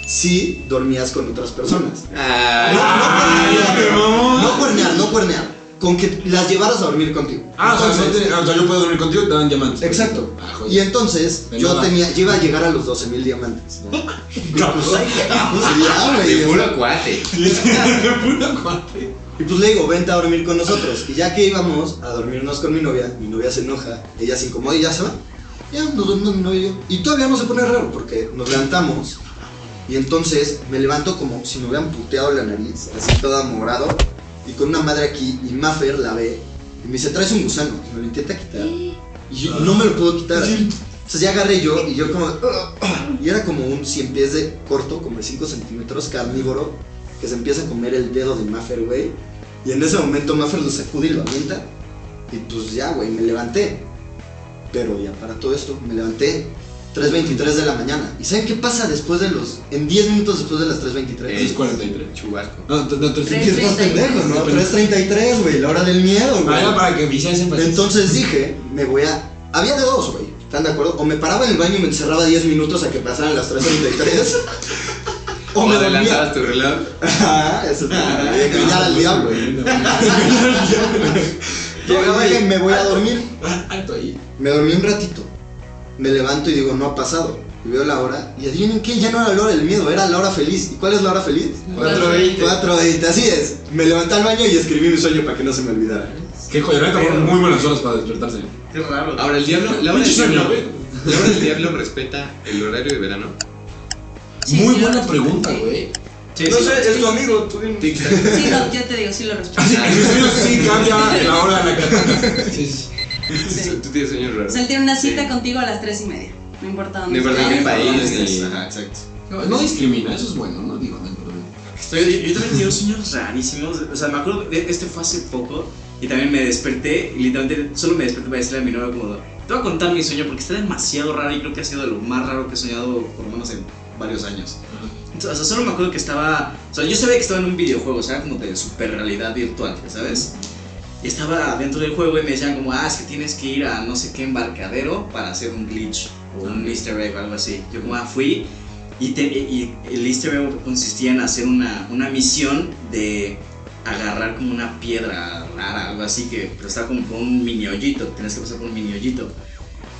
S4: si dormías con otras personas.
S5: Ay,
S2: Ay, te mamó.
S4: No cuernear, no cuernear. Con que las llevaras a dormir contigo.
S2: Ah, o sea,
S4: Entonces-
S2: no tiene- ah, o sea, yo puedo dormir contigo y te dan diamantes.
S4: Exacto.
S2: Ah,
S4: Y
S2: joya.
S4: entonces
S2: De
S4: yo
S2: nada.
S4: tenía, yo iba a llegar a los 12 mil diamantes. ¿no? Pues, ahí quedamos, y ya, güey,
S5: de
S4: o sea,
S5: puro cuate.
S2: Puro cuate.
S4: Y pues le digo, vente a dormir con nosotros. Y ya que íbamos a dormirnos con mi novia, mi novia se enoja, ella se incomoda y ya se va. Ya nos dormimos mi novia y yo. Y todavía no se pone raro porque nos levantamos. Y entonces me levanto como si me hubieran puteado la nariz, así toda morado. Y con una madre aquí. Y Maffer la ve. Y me dice, traes un gusano. Y me lo intenta quitar. Y yo no me lo puedo quitar. Entonces ya agarré yo y yo como... "Oh, Y era como un 100 pies de corto, como de 5 centímetros, carnívoro, que se empieza a comer el dedo de Maffer, güey. Y en ese momento Maffer lo sacude y lo avienta. Y pues ya, güey, me levanté. Pero ya para todo esto, me levanté 3.23 de la mañana. ¿Y saben qué pasa después de los... en 10 minutos después de las 3.23?
S5: Eh,
S2: Es 43.
S5: Chubasco.
S2: No, no, no,
S4: Sí, estás
S6: 3:33.
S4: pendejo, ¿no? 3.33, güey, la hora del miedo, güey.
S2: Ah, era para que viciasen para
S4: Entonces dije, me voy a. Había de dos, güey. ¿Están de acuerdo? O me paraba en el baño y me encerraba 10 minutos a que pasaran las 3.33. o
S5: ¿Cómo
S4: me dormía.
S5: adelantabas tu reloj?
S4: Ajá, eso está. bien.
S2: Ah,
S4: Engañar al diablo, güey.
S3: Llegaba
S4: Llegaba y
S3: ahí.
S4: dije, me voy a dormir.
S2: Ah, Alto ahí.
S4: Me dormí un ratito. Me levanto y digo, no ha pasado. Y veo la hora. Y adivinen qué, ya no era la hora del miedo, era la hora feliz. ¿Y cuál es la hora feliz?
S3: 420.
S4: 4.20, así es. Me levanté al baño y escribí mi sueño para que no se me olvidara.
S2: Qué joya, la neta, fueron muy buenas horas para despertarse.
S3: Qué raro.
S5: Ahora, el diablo, la hora del
S2: Pinche sueño,
S5: diablo,
S2: güey.
S5: la hora del diablo respeta el horario de verano.
S6: Sí,
S2: Muy
S6: sí, lo
S2: buena
S6: respeto.
S2: pregunta, güey.
S1: Sí,
S3: no
S1: sí.
S3: sé, es tu amigo, tú dime.
S5: Tic-tac.
S6: Sí, no, yo te digo, sí lo respeto.
S2: Así que el sueño sí cambia la hora en la que atacas. Sí, sí.
S6: Sí.
S5: Tú tienes sueños
S6: O
S5: raros.
S6: sea, él tiene una cita
S5: Sí.
S6: contigo a las 3 y media. No importa
S5: No
S6: dónde.
S5: importa
S6: estés.
S5: en qué país,
S4: Perdón,
S5: ni-
S4: este, Ajá, exacto.
S2: No, no discrimina, eso es bueno, no digo no, perdón.
S1: Estoy- yo, yo también tenía unos sueños rarísimos. O sea, me acuerdo, de- este fue hace poco y también me desperté y literalmente solo me desperté para decirle a mi novia como, te voy a contar mi sueño porque está demasiado raro y creo que ha sido de lo más raro que he soñado por lo menos en varios años. Entonces, o sea, solo me acuerdo que estaba, o sea, yo sabía que estaba en un videojuego, o sea, como de super realidad virtual, ¿sabes? Y estaba dentro del juego y me decían como, ah, es que tienes que ir a no sé qué embarcadero para hacer un glitch, o un easter egg o algo así. Yo como, ah, fui y, te- y el easter egg consistía en hacer una, una misión de agarrar como una piedra rara, algo así, que pero estaba como por un mini hoyito, tenías que pasar por un mini hoyito.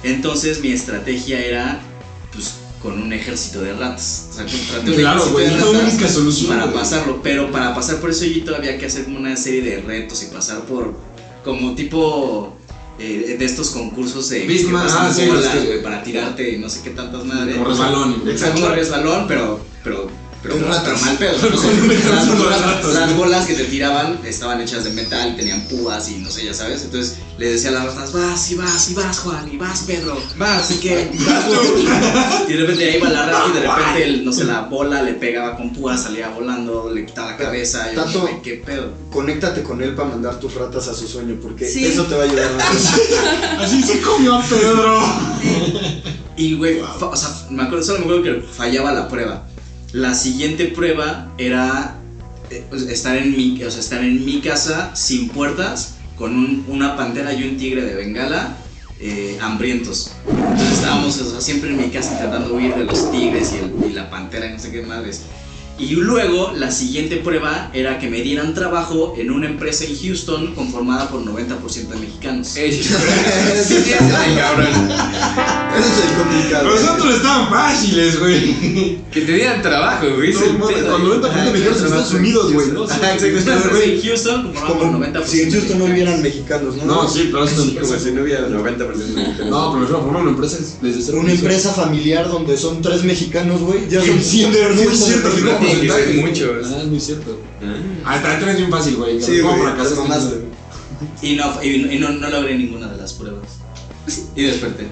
S1: Entonces mi estrategia era, pues, con un ejército de ratas. O sea, contraté un
S2: Claro,
S1: ejército
S2: güey,
S1: de
S2: es la
S1: ratas
S2: única solución.
S1: para
S2: güey.
S1: pasarlo, pero para pasar por ese hoyito había que hacer como una serie de retos y pasar por como tipo eh, de estos concursos de
S2: Big
S1: que
S2: Man,
S1: pasan
S2: ah, sí,
S1: bolas,
S2: es que-
S1: güey, para tirarte y no sé qué tantas madres.
S2: Como resbalón. güey.
S1: Exacto. Como resbalón, pero, pero, pero,
S4: Con ratas.
S1: pero mal pedo. ¿no?
S2: Con un
S1: las,
S2: ejército de
S1: bolas-
S2: ratas.
S1: las bolas que te tiraban estaban hechas de metal, tenían púas y no sé, ya sabes. Entonces le decía a las ratas, vas y vas y vas, Juan, y vas, Pedro, vas y que. vas, tú". y de repente ahí iba la rata y de repente, el- no sé, la bola le pegaba con púas, salía volando, le quitaba la cabeza. Y yo,
S4: Tato.
S1: "Güey, ¿qué pedo?
S4: Conéctate con él para mandar tus ratas a su sueño, porque
S6: Sí.
S4: eso te va a ayudar más.
S2: Así se comió a Pedro.
S1: Y, güey, fa- o sea, me acuerdo, solo me acuerdo que fallaba la prueba. La siguiente prueba era eh, o sea, estar en mi, o sea, estar en mi casa sin puertas, con un- una pantera y un tigre de Bengala, eh, hambrientos. Entonces estábamos o sea, siempre en mi casa intentando huir de los tigres y, el- y la pantera y no sé qué madres. Y luego la siguiente prueba era que me dieran trabajo en una empresa en Houston conformada por 90% de mexicanos.
S5: Ey,
S4: Ese
S5: ese es el cabrón.
S4: es el complicado.
S2: Los otros estaban fáciles, güey.
S5: Que te dieran trabajo, güey. es el
S2: No, mames,
S5: pedo.
S2: Cuando venta
S4: Ajá,
S2: gente mexicanos en
S4: exacto.
S2: Estados Unidos, güey. ¿no? Sí,
S4: Ajá, exacto.
S1: Entonces, en Houston conformada por 90%
S4: Como si en Houston no
S1: mexicanos.
S4: hubieran mexicanos, ¿no?
S2: No, sí, pero eso
S5: Como si no hubiera 90% de
S2: No, pero me refiero a formar una empresa desde cero.
S4: Una empresa familiar donde son tres mexicanos, güey, ya son 100 de verdad.
S2: Muy cierto,
S4: Sí,
S2: sí, como
S5: tiene que ser
S2: porcentaje.
S5: muchos.
S2: Ah, es muy cierto.
S5: Ah.
S2: Ah, también es bien fácil, güey.
S4: Sí,
S2: Vamos
S4: güey,
S2: para casa,
S4: te mamaste.
S2: güey.
S1: Y no, y no, y no- no logré ninguna de las pruebas. Y desperté.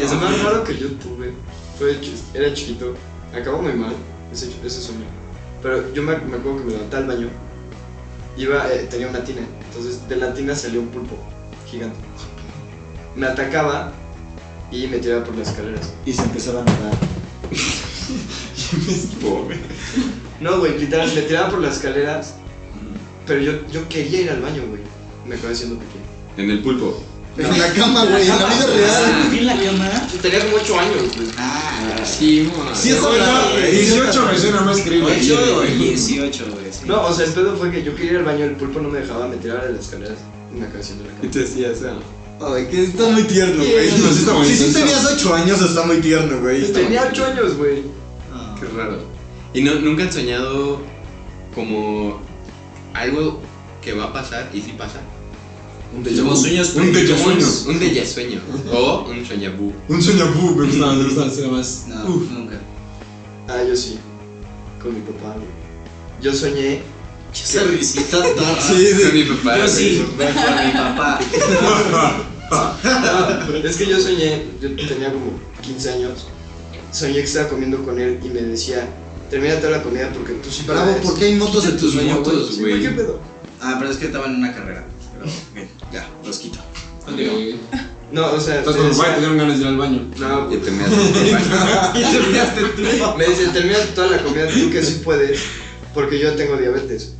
S3: Es más raro que yo tuve. Fue, chis- era chiquito. Acabó muy mal ese, ese sueño. Pero yo me, me acuerdo que me levanté al baño. Iba, eh, tenía una tina. Entonces de la tina salió un pulpo gigante. Me atacaba y me tiraba por las escaleras.
S4: Y se empezaban a dar.
S5: Pobre.
S3: No, güey, literal, me tiraba por las escaleras. Pero yo, yo quería ir al baño, güey. Me acabé haciendo pequeño.
S5: En el pulpo.
S4: En la cama, güey, en la vida real.
S1: ¿Vi la cámara?
S3: Tenía como 8 años, güey.
S1: Ah,
S5: Sí, mamá.
S4: Sí, es
S2: Güey,
S4: raro,
S2: no,
S4: güey.
S2: 18 me suena más creíble.
S1: 8 o 18, güey. sí.
S3: No, o sea, el pedo fue que yo quería ir al baño, el pulpo no me dejaba, me tiraba de las escaleras. Y me acabé haciendo la cama.
S5: ¿Qué te hacías? ah?
S4: Ay, que está muy tierno, güey.
S2: Sí, sí está muy
S4: Si sí
S2: intenso.
S4: tenías 8 años, está muy tierno, güey. Está
S3: Tenía
S4: muy
S3: 8 años, güey.
S1: Ah.
S5: Qué raro. ¿Y no, nunca han soñado como algo que va a pasar y sí pasa?
S4: Un déjà vu.
S1: Como sueños
S2: Un déjà vu.
S1: precoces.
S5: Un déjà sueño o un soñabú.
S2: Un sueño bu, me gustaba, Uh. me gustaba, era más.
S1: No,
S2: Uf.
S1: nunca.
S3: Ah, yo sí. Con mi papá, güey. Yo soñé.
S1: Esa risita está
S4: Sí, sí.
S5: Con mi papá.
S1: Yo
S5: güey.
S1: sí, ven por mi papá.
S3: No, Ah, es que yo soñé, yo tenía como 15 años. Soñé que estaba comiendo con él y me decía, termina toda la comida porque tú sí
S4: Bravo,
S3: puedes".
S4: ¿por qué hay motos en tus sueños, güey?
S5: motos,
S3: Sí, güey,
S5: güey.
S3: ¿qué pedo?
S1: Ah, pero es que estaba en una carrera. Pero, bien, ya, los quito.
S2: Ok.
S3: No, o sea,
S2: Estás
S3: me
S2: con tu papá y
S3: decía,
S2: te dieron ganas de ir al baño.
S3: no,
S5: Y
S3: güey.
S5: te me haces
S1: Y terminaste tú.
S3: me dice, termina toda la comida tú que sí puedes porque yo tengo diabetes.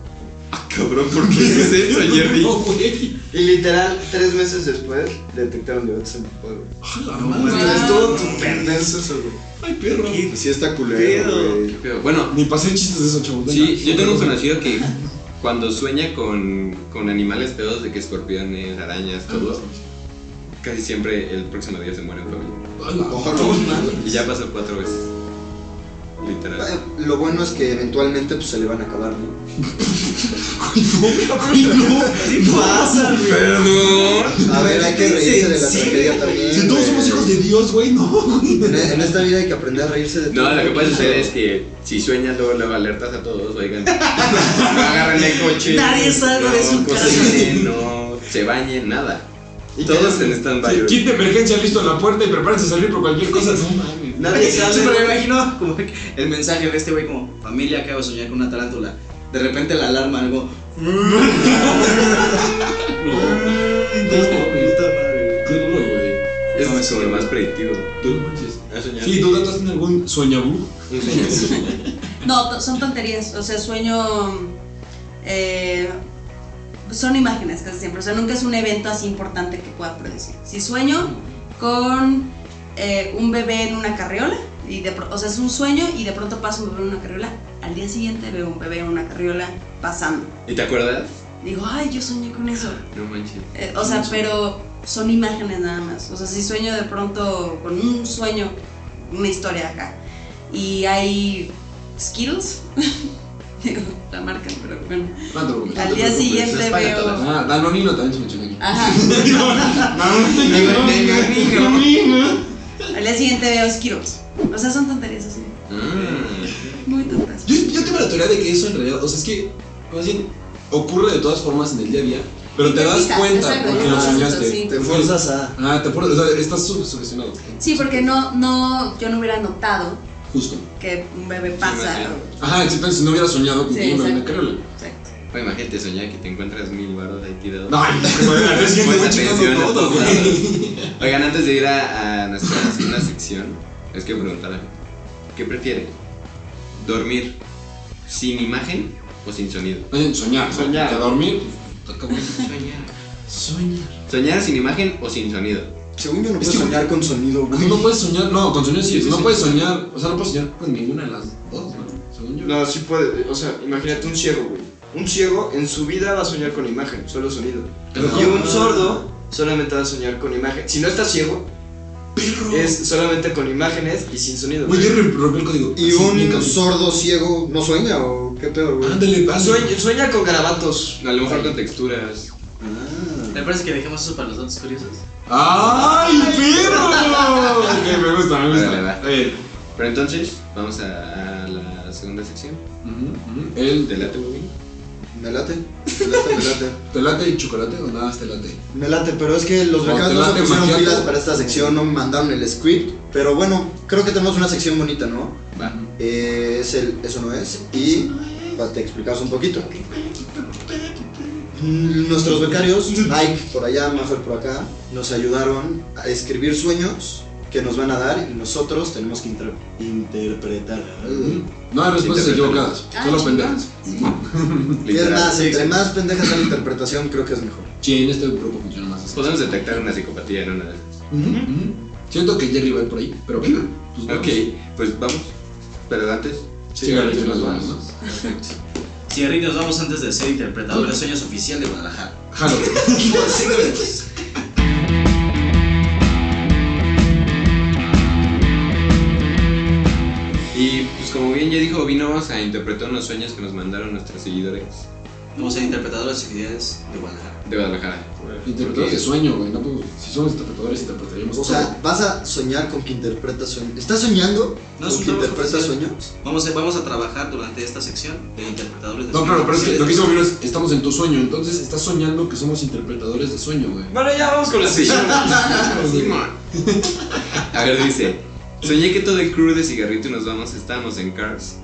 S5: Cabrón, ¿por qué dices eso, Jerry?
S2: No, güey.
S3: Y literal, tres meses después detectaron diabetes en mi papá, güey.
S1: Wow.
S3: Estuvo súper denso eso, güey.
S2: Ay, perro.
S4: Sí está culero,
S1: Pedo.
S4: güey.
S5: Pero Bueno,
S2: Ni pasé chistes de eso, chavos.
S5: sí,
S2: venga.
S5: yo tengo un conocido que cuando sueña con, con animales pedos de que escorpiones, arañas, todo, casi siempre el próximo día se muere en familia.
S2: Hola.
S5: Y ya pasó cuatro veces. Literal.
S4: Lo bueno es que eventualmente pues, se le van a acabar, ¿no?
S1: ¿Qué pasa, güey?
S5: Perdón.
S4: A ver, hay que reírse de la
S1: Sí,
S4: tragedia también.
S2: Si todos
S4: güey.
S2: somos hijos de Dios, güey, no.
S4: En, en esta vida hay que aprender a reírse de
S5: No,
S4: todo.
S5: lo que puede suceder es que si sueñas luego luego alertas a todos, oigan, agarren el coche.
S1: Nadie salga de su
S5: no
S1: casa.
S5: cocinen, No se bañen, nada. Y todos en stand-by.
S2: Sí,
S5: güey.
S2: kit de emergencia listo en la puerta y prepárense a salir por cualquier cosa. No mames.
S3: Nadie
S1: Sí,
S3: sabe.
S1: pero me imagino como que el mensaje de este güey como, familia, acabo de soñar con una tarántula. De repente la alarma, algo...
S2: Qué duro, güey.
S5: Esto
S1: No,
S5: es
S1: sí,
S5: como lo
S1: güey.
S5: más predictivo.
S2: Tú no manches.
S5: ¿Has soñado?
S2: Sí, ¿tú gatas en algún soñabú?
S6: No, to- son tonterías. O sea, sueño. eh, son imágenes casi siempre. O sea, nunca es un evento así importante que pueda predecir. Si sueño con eh, un bebé en una carriola, y de pro- o sea, es un sueño y de pronto pasa un bebé en una carriola. Al día siguiente veo un bebé en una carriola pasando.
S5: ¿Y te acuerdas?
S6: Digo, ay, yo soñé con eso.
S5: No manches.
S6: Eh, o sea, pero son imágenes nada más. O sea, si sueño de pronto con un sueño, una historia acá, y hay Skittles, digo, la marca, pero bueno.
S2: No te preocupes.
S6: Al día siguiente
S3: las paga todas.
S6: veo.
S2: Ah, Danonino también se menciona aquí.
S6: Ajá. Al día siguiente veo Skittles. O sea, son tonterías así.
S5: Ah.
S6: Muy tontas.
S2: Yo, yo tengo la teoría de que eso en realidad, o sea, es que, más bien, ocurre de todas formas en el día a día, pero
S6: Y
S2: te
S6: te
S2: das
S6: fijas,
S2: cuenta
S6: exacto,
S2: porque
S6: yo
S2: lo
S6: lo siento,
S2: soñaste.
S6: sí.
S4: Te fuerzas a.
S2: Ah, te pones, o sea, estás su- sugestionado.
S6: Sí, porque no, no, yo no hubiera notado
S2: Justo.
S6: que un bebé pasa.
S5: Sí,
S6: o-
S2: Ajá, exacto, si no hubiera soñado con
S6: Sí,
S2: que iba a una
S6: exacto.
S2: carriola.
S6: Exacto.
S5: Pues imagínate soñar que te encuentras mil baros ahí tirados.
S2: No, al día siguiente voy
S5: Pues, atención
S2: checando
S5: a
S2: todo,
S5: todos
S2: güey.
S5: lados. Oigan, antes de ir a, a nuestra segunda sección, les quiero preguntar algo. ¿Qué prefieren? ¿Dormir sin imagen o sin sonido?
S2: Oye, Soñar, ¿no?
S3: Soñar.
S2: Que dormir, está cabrón.
S5: Soñar.
S2: Soñar.
S5: ¿Soñar sin imagen o sin sonido?
S4: Según yo no
S2: Es
S4: puedo
S2: que-
S4: soñar con sonido, güey.
S2: No puedes soñar, no, con sonido sí,
S5: Sí, sí,
S2: no
S5: sí.
S2: puedes soñar, o sea, no puedes soñar con ninguna de las dos, ¿no? Según yo.
S3: No, sí puede. O sea, imagínate un ciego, güey. Un ciego en su vida va a soñar con imagen, solo sonido.
S2: Ajá.
S3: Y un sordo solamente va a soñar con imagen. Si no está ciego, es solamente con imágenes y sin sonido.
S2: Güey, yo re- rompí el código.
S4: Y
S2: Así, bien
S4: un
S2: cabrón.
S4: sordo ciego no sueña o qué pedo, güey. Ah,
S2: Ándale, pásale.
S3: Sueña, sueña con garabatos.
S5: A lo mejor con texturas.
S4: Ah.
S1: ¿Te parece que dejemos eso para los datos curiosos?
S2: ¡Ay, perro! ok, me gusta, me gusta.
S5: Vale, vale, vale.
S2: A ver.
S5: Pero entonces, vamos a, a la segunda sección.
S2: Ujú, ujú. El
S5: ¿Te
S2: de-
S5: late, Bobby?
S4: Me late, me late, me late.
S2: ¿Te late y chocolate o nada más te late?
S4: Me late, pero es que los
S2: No,
S4: becados
S2: te
S4: no se
S2: late
S4: pusieron
S2: macchiato.
S4: pilas para esta sección, no me mandaron el script. Pero bueno, creo que tenemos una sección bonita, ¿no?
S5: Va.
S4: Eh, es el Eso no es. Y pa- te explicamos un poquito. Mm, Nuestros becarios, Mike por allá, Maffer por acá, nos ayudaron a escribir sueños que nos van a dar y nosotros tenemos que inter- interpretar.
S1: Mm,
S2: No hay respuestas
S5: Sí, te late.
S2: equivocadas,
S6: Ah,
S2: solo
S6: chingón.
S2: pendejas.
S6: Sí.
S4: Es más,
S5: Literal.
S4: entre más pendejas la interpretación, creo que es mejor.
S2: Sí, en este grupo funciona más así.
S5: Podemos detectar una psicopatía en una de esas.
S2: Ujú, ujú. Siento que Jerry va por ahí, pero venga. Pues vamos.
S5: Ok, pues vamos. Pero antes.
S2: Sí, vale, sí, las vamos, ¿no?
S1: Sí, Rick, nos vamos antes de ser interpretador de sueños oficial de Guadalajara.
S2: Jalo.
S5: Y pues como bien ya dijo Vino, vamos a interpretar unos sueños que nos mandaron nuestros seguidores
S1: Vamos a ser interpretadores oficiales de Guadalajara.
S5: de Guadalajara.
S2: Interpretadores de sueño, güey. No, podemos- si somos interpretadores, interpretaríamos
S4: O sea, vas a soñar con que interpretas sueños. ¿Estás soñando
S1: No, es un
S4: con que
S1: trabajo
S4: interpretas
S1: oficial.
S4: sueños?
S1: Vamos a, vamos a trabajar durante esta sección de interpretadores de
S2: todo. No,
S1: sueños
S2: claro, pero es que
S1: oficiales.
S2: lo que hizo Vino es, estamos en tu sueño, entonces estás soñando que somos interpretadores de sueño, güey.
S3: Bueno, ya vamos con la sección.
S5: A ver, dice. Soñé que todo el crew de cigarrito y nos vamos, estábamos en Cars.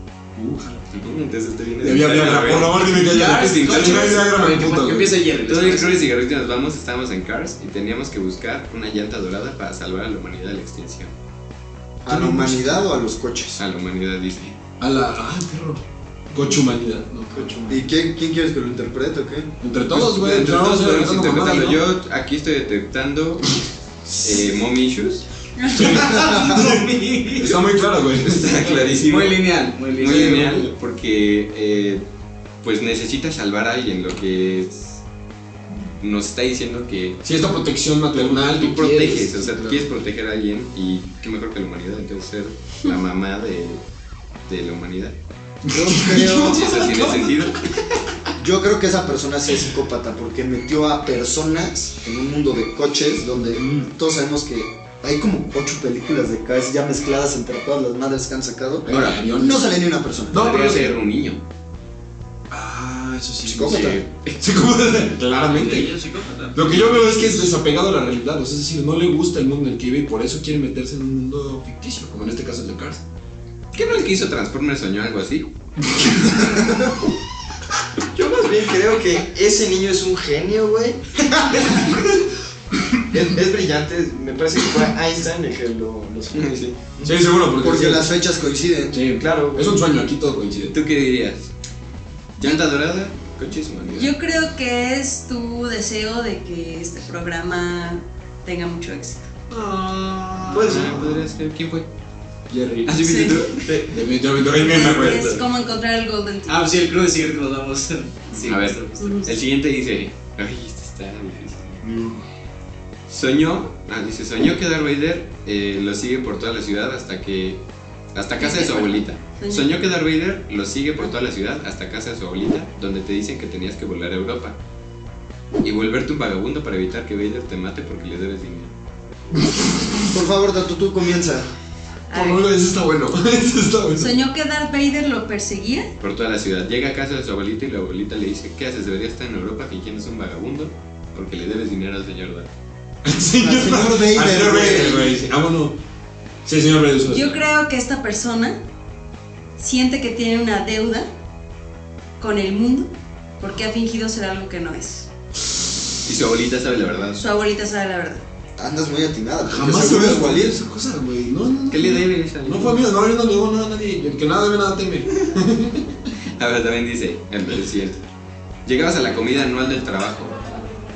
S2: Uh, jalo.
S5: Entonces este viene.
S2: Ya había Viagra, por favor, dime que
S5: Ya,
S2: ya.
S5: sí,
S2: Ya había Viagra, me
S1: Que-
S2: puto,
S1: que
S2: güey.
S1: empiece Jerry.
S5: Todo el
S1: después.
S5: crew de cigarrito y nos vamos, estábamos en Cars y teníamos que buscar una llanta dorada para salvar a la humanidad de la extinción.
S4: ¿A la humanidad o a los coches?
S1: Ah.
S5: A la humanidad dice.
S2: A la. ¡Ay, perro! Cochumanidad, ¿no?
S4: ¿Y qué- quién quieres que lo interprete o qué?
S2: Entre todos, güey.
S5: Entre
S2: entre
S5: todos
S2: todos,
S5: podemos
S2: entre todos,
S5: interpretarlo.
S2: ¿no?
S5: Yo aquí estoy detectando eh, mommy issues.
S2: Está muy claro, güey.
S5: Está clarísimo.
S1: Muy lineal, muy
S5: Muy
S1: lineal.
S5: lineal, porque eh, pues necesita salvar a alguien, lo que es- nos está diciendo que
S2: Sí, esta protección maternal.
S5: tú
S2: que
S5: proteges,
S2: quieres,
S5: o sea, tú
S2: claro.
S5: quieres proteger a alguien y qué mejor que la humanidad, entonces ser la mamá de, de la humanidad.
S4: Yo creo,
S5: Si eso tiene sentido.
S4: yo creo que esa persona sí es psicópata porque metió a personas en un mundo de coches donde
S2: Mm.
S4: todos sabemos que hay como ocho películas de cars ya mezcladas entre todas las madres que han sacado.
S2: Ahora, avión.
S4: No sale ni una persona.
S2: No,
S5: Podría
S2: pero.
S5: ser un niño.
S2: Ah,
S1: eso sí.
S2: Psicópata.
S5: Sí.
S2: Psicópata, claramente.
S1: Ella es psicópata.
S2: Lo que yo veo es que es desapegado a la realidad, o sea, es decir, no le gusta el mundo en el que vive y por eso quiere meterse en un mundo ficticio, como en este caso el de Cars.
S5: ¿Qué no el que hizo Transformers soñó algo así?
S3: Yo más bien creo que ese niño es un genio, güey. es, es brillante, me parece que fue Einstein el que lo, lo sacó.
S2: Sí, seguro, porque,
S4: Porque las fechas coinciden.
S2: Sí, claro.
S3: Claro, güey.
S2: Es un sueño, aquí todo coincide.
S5: ¿Tú qué dirías? ¿Llanta dorada? Coches humanidad.
S6: Yo creo que es tu deseo de que este programa tenga mucho éxito.
S3: Puede ser.
S5: Ah, podría ser. ¿Quién fue?
S2: Jerry.
S5: ¿Así viste
S6: Sí.
S5: tú?
S2: De mi- de mi- de mi- me acuerdo.
S6: Es como encontrar el Golden Ticket.
S1: Ah, pues sí, el club de cigarro nos damos. Sí,
S5: A ver.
S1: pues, pues,
S6: Ujú.
S5: El siguiente dice. Ay, este está difícil. Soñó. Ah, dice, soñó que Darth Vader eh, lo sigue por toda la ciudad hasta que. Hasta casa de su abuelita.
S6: Soñó.
S5: Soñó que Darth Vader lo sigue por toda la ciudad hasta casa de su abuelita, donde te dicen que tenías que volar a Europa. Y volverte un vagabundo para evitar que Vader te mate porque le debes dinero.
S4: Por favor, Tato, tú comienza.
S6: A
S2: Por lo
S6: ver,
S2: menos, eso está bueno. Eso está bueno.
S6: Soñó que Darth Vader lo perseguía.
S5: por toda la ciudad. Llega a casa de su abuelita y la abuelita le dice, ¿qué haces? Deberías estar en Europa fingiendo ser un vagabundo porque le debes dinero al señor Darth.
S2: Señor,
S4: Al señor Vader,
S2: Al señor
S4: güey.
S2: Vader, güey. sí. Ah, bueno. Sí, señor Vader. eso es.
S6: Yo creo que esta persona siente que tiene una deuda con el mundo porque ha fingido ser algo que no es.
S5: Y su abuelita sabe la verdad.
S6: Su abuelita sabe la verdad.
S4: Andas muy atinada. porque
S2: Jamás se
S4: seguro
S2: hubiera
S4: es Walid.
S2: ocurrido esa cosa, güey. No, no, no.
S5: ¿Qué le debes? al-
S2: No fue mío, no, yo no le digo nada a nadie. El que nada debe, nada teme.
S5: A ver, también dice, el, el siguiente. Llegabas a la comida anual del trabajo,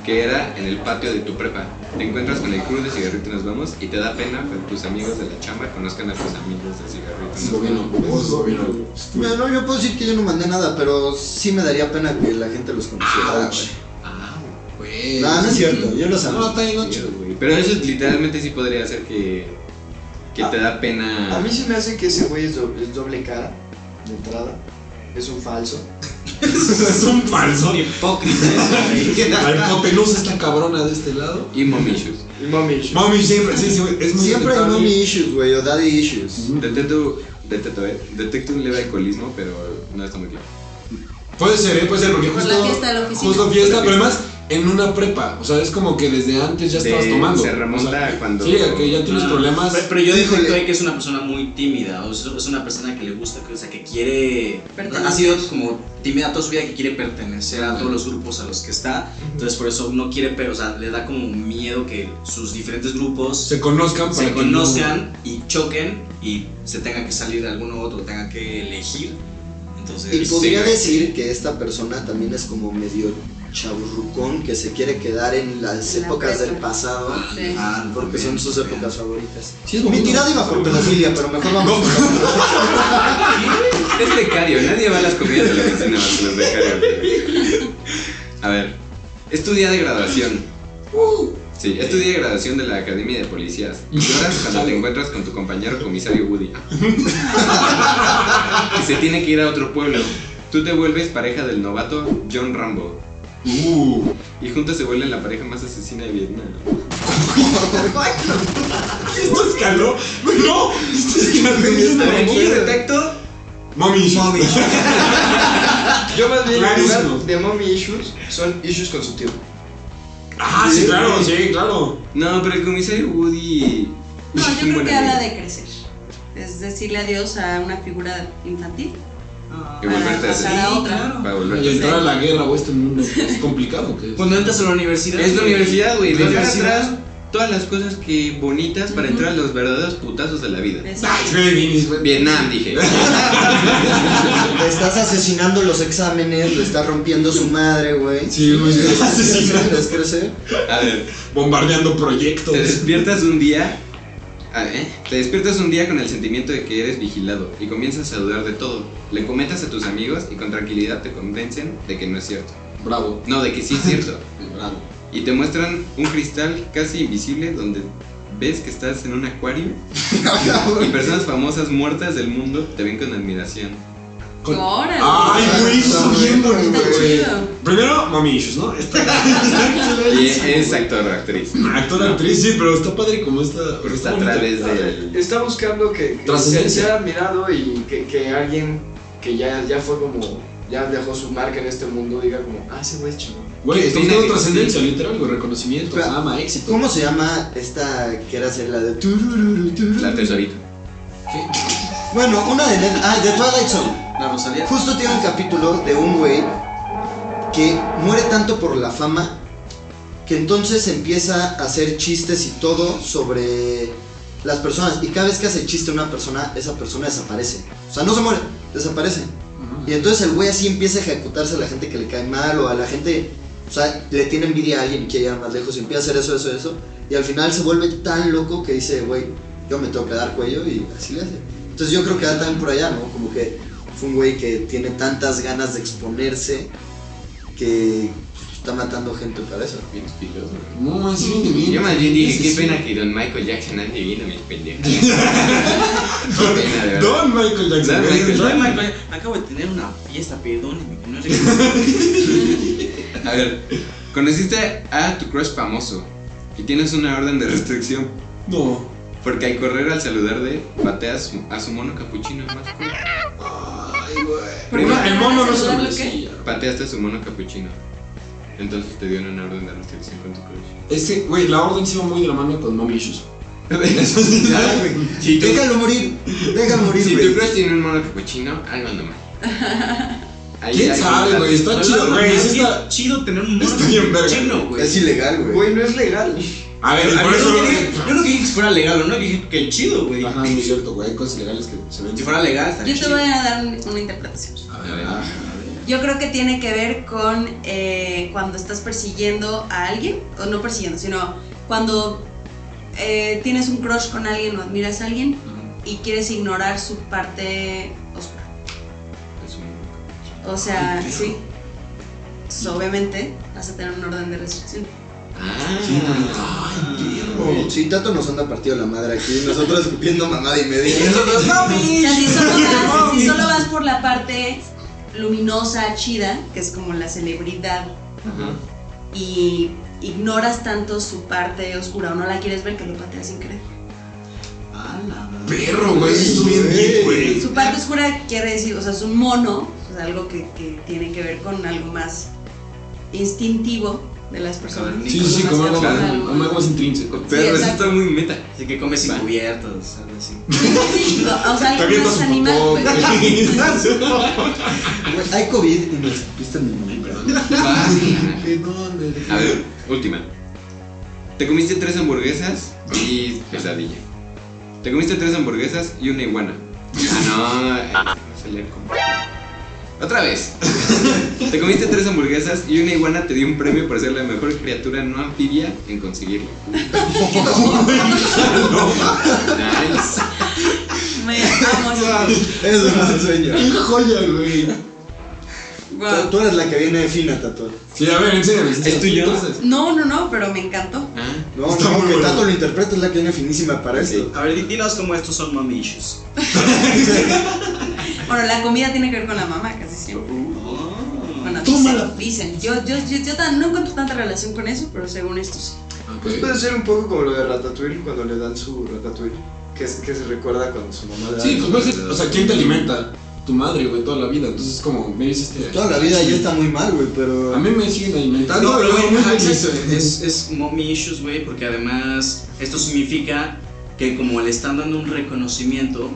S5: que era en el patio de tu prepa. Te encuentras con el club de cigarrito y nos vamos y te da pena que tus amigos de la chamba conozcan a tus amigos de cigarrito. y
S2: Es
S5: Nos Vamos.
S2: gobierno, es gobierno.
S4: Mira, no, yo puedo decir que yo no mandé nada, pero sí me daría pena que la gente los conociera.
S2: Ouch.
S4: güey.
S2: Ah, güey.
S4: No, no es cierto, yo los
S2: No,
S4: amo.
S2: está bien, no,
S5: Sí,
S2: chido.
S5: pues, güey. Pero eso es- literalmente sí podría ser que, que te da pena...
S3: A mí se me hace que ese güey es, do- es doble cara de entrada. Es un falso.
S2: es un falso.
S1: Hipócrita.
S2: La hipotenusa está cabrona de este lado.
S5: Y mom issues.
S3: Y mami.
S2: Mami siempre, sí, sí, es muy
S4: Siempre hay
S2: aceptable.
S4: mommy issues, güey, o daddy issues.
S5: Detecto, detecto, eh, detecto un leve alcoholismo, pero no está muy claro.
S2: Puede ser, ¿eh? puede ser, porque
S6: Por
S2: justo.
S6: la fiesta de la oficina.
S2: Justo fiesta, pero además en una prepa. O sea, es como que desde antes ya estabas
S5: De-
S2: tomando.
S5: Se remonta
S2: O sea,
S5: cuando.
S2: Sí, a que ya tienes
S1: Ah,
S2: problemas.
S1: Pero, pero yo digo
S4: Híjole.
S1: que es una persona muy tímida, o es, es una persona que le gusta, que- o sea, que quiere.
S6: Pertenecer.
S1: Ha sido como tímida toda su vida, que quiere pertenecer a todos los grupos a los que está. Entonces, por eso no quiere, pero, o sea, le da como miedo que sus diferentes grupos se,
S2: Se conozcan para que no-
S1: conozcan y choquen y se tenga que salir de alguno u otro, tenga que elegir. Entonces,
S4: Y
S1: sí,
S4: podría
S1: güey.
S4: decir que esta persona también es como medio chaburrucón que se quiere quedar en las
S6: En la
S4: épocas
S6: prepa.
S4: del pasado.
S6: Sí.
S1: Ah,
S4: Porque son sus épocas favoritas.
S2: Sí, es
S4: Mi
S2: bonito.
S4: tirada iba por pedofilia, pero mejor vamos.
S5: Es becario, nadie va a las comidas de la oficina más que los becarios. güey. A ver, es tu día de graduación. Sí, es tu día de graduación de la Academia de Policías. Lloras cuando te encuentras con tu compañero comisario Woody. Y se tiene que ir a otro pueblo. Tú te vuelves pareja del novato John Rambo.
S2: Uh,
S5: Y juntos se vuelven la pareja más asesina de Vietnam.
S2: esto escaló. No, esto
S5: A ver, aquí yo
S2: escaló.
S5: detecto.
S2: Mami.
S3: Yo más bien en
S2: Clarísimo.
S3: lugar de mommy issues son issues con su tío.
S2: Ah, sí, claro, sí, claro.
S5: No, pero el comisario Woody.
S6: No,
S5: es
S6: yo
S5: un
S6: creo
S5: buen
S6: que
S5: amigo.
S6: habla de crecer. Es decirle adiós a una figura infantil. Ah.
S5: Y volverte a
S6: Para
S5: hacer.
S6: pasar a otra.
S1: claro.
S5: Para
S2: Y
S5: volverte a
S2: entrar a la guerra o este mundo es complicado. que es.
S1: Cuando entras a la universidad.
S5: Es la
S1: güey,
S5: universidad, güey.
S1: la
S5: Dejar
S1: universidad.
S5: atrás todas las cosas que bonitas para
S6: Ujú.
S5: entrar a los verdaderos putazos de la vida.
S6: Es-
S2: Ah, güey, Guinness, güey.
S5: Vietnam, dije.
S4: Le estás asesinando los exámenes, le estás rompiendo su madre, güey.
S2: Sí, güey.
S4: ¿Quieres crecer?
S5: A ver,
S2: Bombardeando
S5: te
S2: proyectos.
S5: despiertas un día. a ver, Te despiertas un día con el sentimiento de que eres vigilado y comienzas a dudar de todo. Le comentas a tus amigos y con tranquilidad te convencen de que no es cierto.
S2: Bravo.
S5: No, de que sí es cierto.
S2: Bravo.
S5: y te muestran un cristal casi invisible donde ves que estás en un acuario y personas famosas muertas del mundo te ven con admiración.
S2: Con-
S6: Órale.
S2: Ay, güey, subiendo,
S6: Está
S2: güey.
S6: chido.
S2: Primero, mami issues, ¿no? Está-
S5: Y es actor, actriz.
S2: Actor, actriz, sí, pero está padre como esta.
S5: Porque está a
S2: bonita.
S5: través del...
S3: Está buscando que, que se
S2: Trascendencia.
S3: sea admirado y que, que alguien que ya, ya fue como ya dejó su marca en este mundo, diga como, ah, ese güey es chingón.
S2: Güey, estamos
S5: pena
S2: dando
S5: que
S2: trascendencia, literal, güey. Reconocimiento,
S4: Pero-
S2: ama, éxito.
S4: ¿Cómo se llama esta que era hacer la de turururu, turururu?
S5: La tesorita.
S4: Bueno, una de Net- ah, de Twilight Zone.
S7: La Rosalía.
S4: Justo tiene un capítulo de un güey que muere tanto por la fama que entonces empieza a hacer chistes y todo sobre las personas y cada vez que hace chiste una persona, esa persona desaparece. O sea, no se muere, desaparece. Y entonces el güey así empieza a ejecutarse a la gente que le cae mal o a la gente, o sea, le tiene envidia a alguien y quiere llegar más lejos y empieza a hacer eso, eso, eso. Y al final se vuelve tan loco que dice, güey, yo me tengo que dar cuello y así le hace. Entonces yo creo que va también por allá, ¿no? Como que fue un güey que tiene tantas ganas de exponerse que pues, está matando gente para eso.
S5: Bien pilos, güey.
S2: No, es bien divino.
S5: Yo más bien dije,
S2: Sí,
S5: qué
S2: sí.
S5: pena que Don Michael Jackson ande viendo mis pendejos. qué pena, de verdad.
S2: Don Michael Jackson.
S5: Don
S2: Don
S5: Michael Jackson.
S2: Michael-
S7: Michael, acabo de tener una fiesta, perdónenme. que No sé
S5: A ver, conociste a tu crush famoso y tienes una orden de restricción.
S2: No.
S5: Porque al correr al saludarle, pateas su- a su mono capuchino más cool.
S2: Ay, güey.
S6: Pero
S2: Primero, el mono no se
S6: ¿saludarlo
S2: merecía.
S5: Pateaste a su mono capuchino. Entonces te dieron una orden de restricción con tu crush.
S2: Es que, güey, la orden se iba muy de la mano con mommy issues.
S5: Ya, güey. Si tu,
S4: Déjalo morir, déjalo morir,
S5: si tu
S4: güey.
S5: crush tiene un mono capuchino, algo anda mal. Ahí
S2: ¿Quién
S5: hay que
S2: sabe,
S5: notar.
S2: güey? Está chido,
S7: Güey,
S2: güey.
S7: es
S2: sí está-
S7: bien chido tener un
S2: está bien verga.
S7: mono chino, güey.
S4: Es ilegal, güey.
S3: Güey, no es legal.
S2: A ver,
S7: A
S2: por
S7: ver,
S2: eso.
S7: yo no dije- Yo no dije que fuera legal, no dije que chido, güey.
S2: Ajá, no es cierto, güey. Hay cosas legales que se ven.
S7: Si fuera legal, estaría
S6: Yo te
S7: chido.
S6: voy a dar un- una interpretación.
S2: A ver, a ver.
S6: Yo creo que tiene que ver con eh, cuando estás persiguiendo a alguien, o no persiguiendo, sino cuando eh, tienes un crush con alguien o admiras a alguien y quieres ignorar su parte oscura.
S5: Es un-
S6: O sea, sí. So, obviamente vas a tener un orden de restricción.
S5: Ah,
S4: Sí, Tato nos anda partido la madre aquí, nosotros escupiendo mamada y media.
S6: O sea, si solo, vas, si solo vas por la parte luminosa, chida, que es como la celebridad, y ignoras tanto su parte oscura o no la quieres ver que lo pateas sin querer.
S2: Perro, güey. Esto bien deep, güey.
S6: Su parte oscura quiere decir, o sea, es un mono, es algo que, que tiene que ver con algo más instintivo de las personas.
S7: Cavernícola.
S2: Sí, sí, sí,
S6: Con
S2: como
S6: más
S2: algo,
S6: carnal,
S2: como algo más intrínseco.
S5: Pero eso
S6: exacto.
S5: está muy meta.
S7: Así que come sin cubiertos, algo así.
S6: Sí, o sea, algo
S2: También está
S6: más
S2: su
S6: animal.
S2: popó,
S6: pues.
S4: Güey, Hay COVID y nos escupiste en el nombre.
S5: Ah, A ver, última. Te comiste tres hamburguesas y pesadilla. Te comiste tres hamburguesas y una iguana. Ah, no, eh, no salía como- Otra vez. Te comiste tres hamburguesas y una iguana te dio un premio por ser la mejor criatura no anfibia en conseguirlo. Nice.
S6: Me amo.
S4: Eso no es un sueño.
S2: Qué joya, güey.
S6: Wow.
S4: Tú eres la que viene de fina, Tato.
S2: Sí, a ver, enséñame.
S5: ¿Es tuyo?
S2: Entonces,
S6: No, no, no, pero me encantó.
S5: Ah,
S4: No,
S2: Está
S4: no,
S2: muy
S4: que
S2: bueno.
S4: Tato lo interpreta es la que viene finísima
S2: Pues
S4: para esto.
S1: A ver, di- dinos cómo estos son mommy issues.
S6: Bueno, la comida tiene que ver con la mamá casi siempre.
S2: Oh.
S6: Bueno,
S2: Tómala.
S6: dicen, dicen. Yo, yo, yo, yo tan- no encuentro tanta relación con eso, pero según esto sí.
S3: Pues puede ser un poco como lo de Ratatouille cuando le dan su Ratatouille, que, es- que se recuerda cuando su mamá le da.
S2: Sí, pues no es, o sea, ¿quién te alimenta? Tu madre, güey, toda la vida. Entonces, como me dices que.
S4: Toda la vida ya está muy mal, güey,
S2: A
S4: pero.
S2: mí me siguen alimentando.
S1: No, pero
S2: yo
S1: güey,
S2: muy
S1: ajá,
S2: feliz,
S1: exacto,
S2: güey.
S1: es, es mommy issues, güey, porque además esto significa que como le están dando un reconocimiento,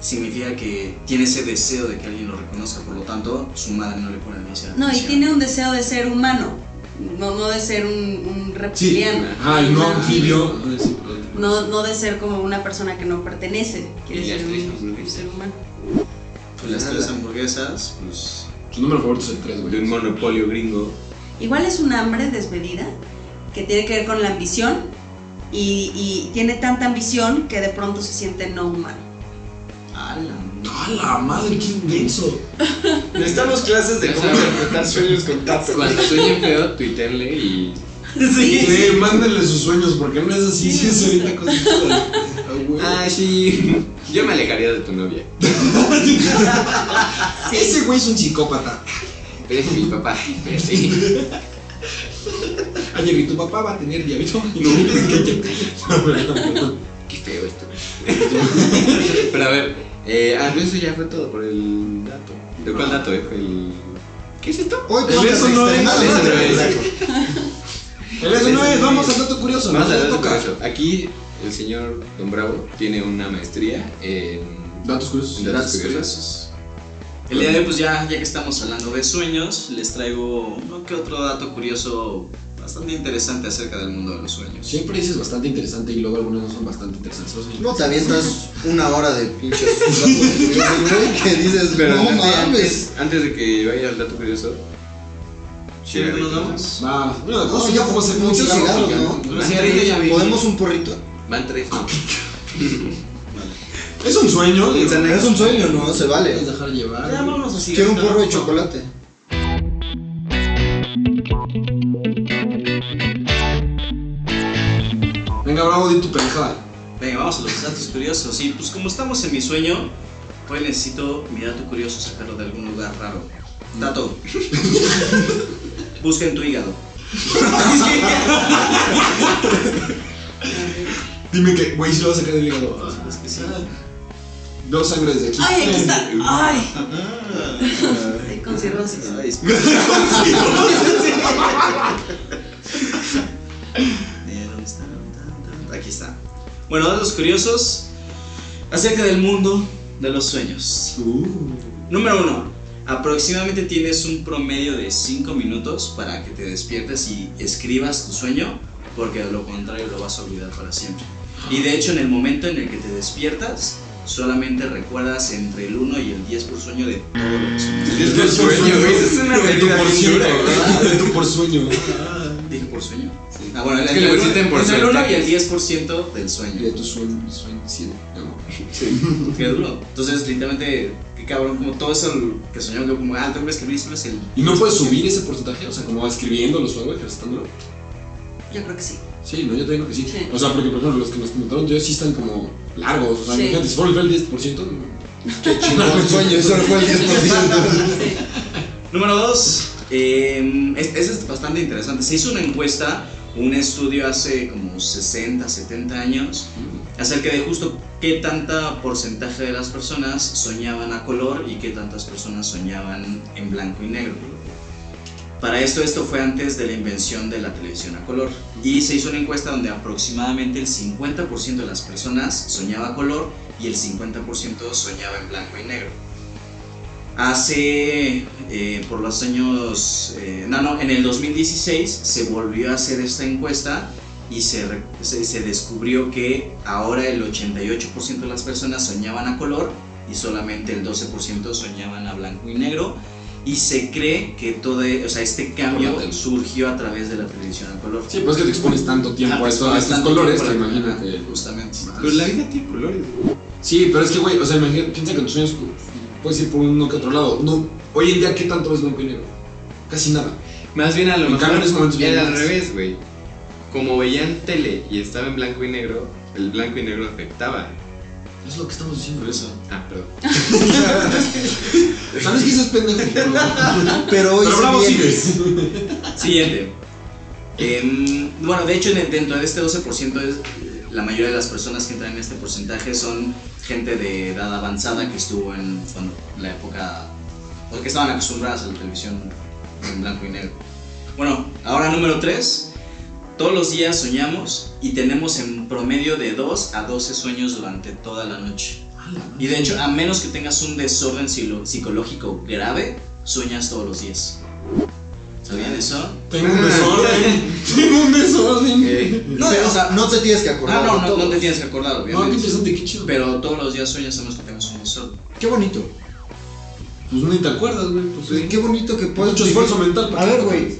S1: significa que tiene ese deseo de que alguien lo reconozca, por lo tanto, su madre no le pone demasiada
S6: No, y
S1: atención.
S6: tiene un deseo de ser humano, no, no de ser un, un reptiliano.
S2: Ajá, el no anfibio. Sí,
S6: No, no de ser como una persona que no pertenece, quiere
S5: Y ya
S6: ser
S5: estoy
S6: un,
S5: hamburguesa.
S6: ser humano.
S1: Pues las tres hamburguesas, pues...
S2: Tu número favorito es el 3,
S5: de un
S2: güey.
S5: monopolio gringo.
S6: Igual es un hambre desmedida que tiene que ver con la ambición y, y tiene tanta ambición que de pronto se siente no humano.
S2: ¡A la madre, qué intenso!
S3: Necesitamos clases de
S5: Ya
S3: cómo
S5: sabes.
S3: interpretar sueños con Tato.
S5: Cuando sueñen feo, tuitenle y
S2: Sí, mándenle sus sueños porque no es así. Sí, es ahorita cosita. Ah, güey.
S5: Ah, sí. Yo me alejaría de tu novia.
S2: Ah, Ese güey es un psicópata.
S5: Pero es mi papá. Pero sí.
S2: Oye, y tu papá va a tener diabetes. No,
S5: Qué feo esto. Pero a ver, Eh, ah, no, eso ya fue todo por el dato. ¿De cuál dato? eh? Fue el... ¿Qué es esto?
S4: Hoy
S2: El eso no es,
S4: extremadamente
S2: eso no es.
S4: extraño.
S2: Pero eso no es, vamos al dato curioso,
S5: Vamos
S2: nos
S5: al
S2: ya
S5: dato
S2: toca.
S5: curioso. Aquí el señor Don Bravo tiene una maestría en...
S2: Datos curiosos.
S5: en datos
S2: Datos
S5: curiosos.
S1: El día de hoy, pues ya, ya que estamos hablando de sueños, les traigo uno que otro dato curioso bastante interesante acerca del mundo de los sueños.
S2: Siempre dices bastante interesante y luego algunos no son bastante interesantes. ¿sabes?
S4: No te avientas una hora de pinches datos curiosos, güey, que dices,
S5: Pero
S4: no
S5: antes-
S4: mames.
S5: antes, antes de que vaya al dato curioso...
S1: ¿Sí, nos vamos?
S2: Va, bueno,
S4: No,
S2: Ah, ya
S4: ya
S2: como se
S4: fumó
S2: mucho
S4: un cigarro,
S2: cigarro,
S4: ¿no?
S2: ¿no?
S1: Una cigarrilla ya vi.
S4: ¿Podemos un porrito?
S5: Van tres.
S2: Es un sueño. digo,
S4: Es un sueño, ¿no? Se
S2: puedes
S4: vale.
S2: dejar llevar.
S7: Ya vámonos así.
S4: Quiero un porro de chocolate.
S2: Venga, bravo, di tu pendejada.
S1: Venga, vamos a los datos curiosos. Y pues como estamos en mi sueño, hoy necesito mi dato curioso sacarlo de algún lugar raro. Dato. Busca en tu hígado.
S2: Dime que, güey, si lo vas a sacar del hígado.
S1: Es que sí.
S2: Dos sangres de aquí.
S6: Ay, aquí está. Ay. Ay, con cirrosis.
S1: Eh, ¿dónde está? Aquí está. Bueno, datos curiosos acerca del mundo de los sueños.
S2: Uh.
S1: Número uno, aproximadamente tienes un promedio de 5 minutos para que te despiertes y escribas tu sueño, porque de lo contrario lo vas a olvidar para siempre. Y de hecho, en el momento en el que te despiertas, solamente recuerdas entre el 1 y el 10 por sueño de todo lo que soñaste.
S5: Es por sueño, güey. Es una
S2: De tu
S5: realidad
S2: por
S5: bien
S2: ciento,
S5: dura, güey.
S2: ¿verdad? Ah, De tu por sueño. Ah,
S1: ¿Dije por sueño? Sí. Ah, bueno,
S5: Es que
S1: entre
S5: le
S1: el uno-
S5: pusiste en por
S1: entre el
S5: sueño.
S1: 1 y el 10% del sueño.
S2: De tu sueño, sueño, sí, no.
S1: Qué duro. Entonces, literalmente, qué cabrón, como todo eso que soñó, que como, ah, tengo que escribir, solo es el.
S2: ¿Y no puedes subir ese porcentaje? O sea, como escribiendo los sueños que están duro.
S6: Yo creo que sí.
S2: Sí, no, yo te digo que sí.
S6: Sí.
S2: O sea, porque por ejemplo, los que nos comentaron yo sí están como largos. O sea,
S6: Sí.
S2: imagínate, si fuera el 10%, no.
S4: Qué chingón sueño, eso fue el 10%.
S1: Número 2. Eh, es, ese es bastante interesante. Se hizo una encuesta, un estudio hace como 60, 70 años, acerca de justo qué tanta porcentaje de las personas soñaban a color y qué tantas personas soñaban en blanco y negro. Para esto, esto fue antes de la invención de la televisión a color. Y se hizo una encuesta donde aproximadamente el 50% de las personas soñaba a color y el 50% soñaba en blanco y negro. Hace, eh, por los años, eh, no, no, en el 2016 se volvió a hacer esta encuesta y se, re- se, se descubrió que ahora el 88% de las personas soñaban a color y solamente el 12% soñaban a blanco y negro. Y se cree que todo, e- o sea, este cambio
S2: la tele.
S1: surgió a través de la televisión a color.
S2: Sí, pues es que te expones tanto tiempo a, esto- a estos colores, que imagínate. pues,
S1: Justamente.
S5: Pero la vida tiene colores, güey.
S2: Sí, pero es que, güey, o sea, imagínate, piensa que en tus sueños puedes ir por uno que otro lado. No, hoy en día, ¿qué tanto ves blanco y negro? Casi nada.
S5: Más bien a lo
S2: En cambio, en ese
S5: mejor
S2: momento
S5: era
S2: ya-
S5: al revés, güey. Como veían tele y estaba en blanco y negro, el blanco y negro afectaba.
S2: Es lo que estamos diciendo.
S5: Ah, perdón.
S2: ¿Sabes qué es pendejo?
S4: Pero hoy
S2: Pero bravo
S4: se viene.
S2: sigues.
S1: Siguiente. Em, bueno, de hecho, en- dentro de este 12%, es, la mayoría de las personas que entran en este porcentaje son gente de edad avanzada que estuvo en cuando, la época. o que estaban acostumbradas a la televisión en blanco y negro. Bueno, ahora número 3. Todos los días soñamos y tenemos en promedio de 2 a 12 sueños durante toda la noche. Y de hecho, a menos que tengas un desorden psilo- psicológico grave, sueñas todos los días. ¿Sabían eso?
S2: Tengo un desorden. Tengo un desorden.
S5: Eh,
S4: No, o sea, no te tienes que acordar.
S1: Ah, no,
S4: de
S1: no,
S4: todo.
S1: no te tienes que acordar,
S2: No, qué
S1: obviamente.
S2: interesante, qué chido.
S1: pero todos los días sueñas a menos que tengas un desorden.
S4: Qué bonito.
S2: Pues ni te acuerdas, güey. Pues,
S4: Pues, Qué bonito que puedes.
S2: Mucho
S4: vivir.
S2: esfuerzo mental. para
S4: A
S2: que
S4: ver,
S2: te
S4: güey.
S2: acuerdes.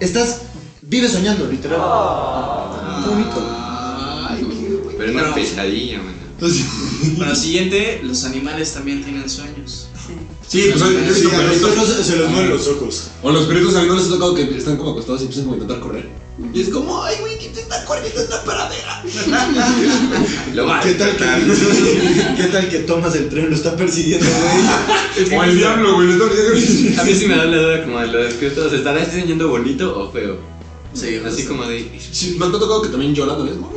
S4: Estás. Vives soñando, literal.
S1: Ah.
S4: Ah, Qué bonito.
S2: Ay, qué güey.
S5: pero una
S1: Bueno.
S5: pesadilla, man.
S1: Bueno, siguiente, los animales también tienen sueños.
S6: Sí.
S2: Sí, pues oye, yo he visto
S4: Sí, a los
S2: perritos.
S4: perros se les mueven los ojos.
S2: O los perritos a mí no les ha tocado que están como acostados y empiezan como a intentar correr. Y es como, ay, güey, que te está corriendo en la paradera.
S5: Lo va a
S4: Ah, ¿Qué tal
S5: despertar.
S4: que, ¿Qué tal que tomas el tren? Lo está persiguiendo, güey.
S2: O el diablo, güey. le está corriendo.
S5: A mí sí me da la duda como de lo despierto. ¿Se estará diseñando bonito o feo?
S1: Sí,
S5: Así
S1: justo.
S5: como de.
S2: Sí, me ha tocado que también lloran, ¿no?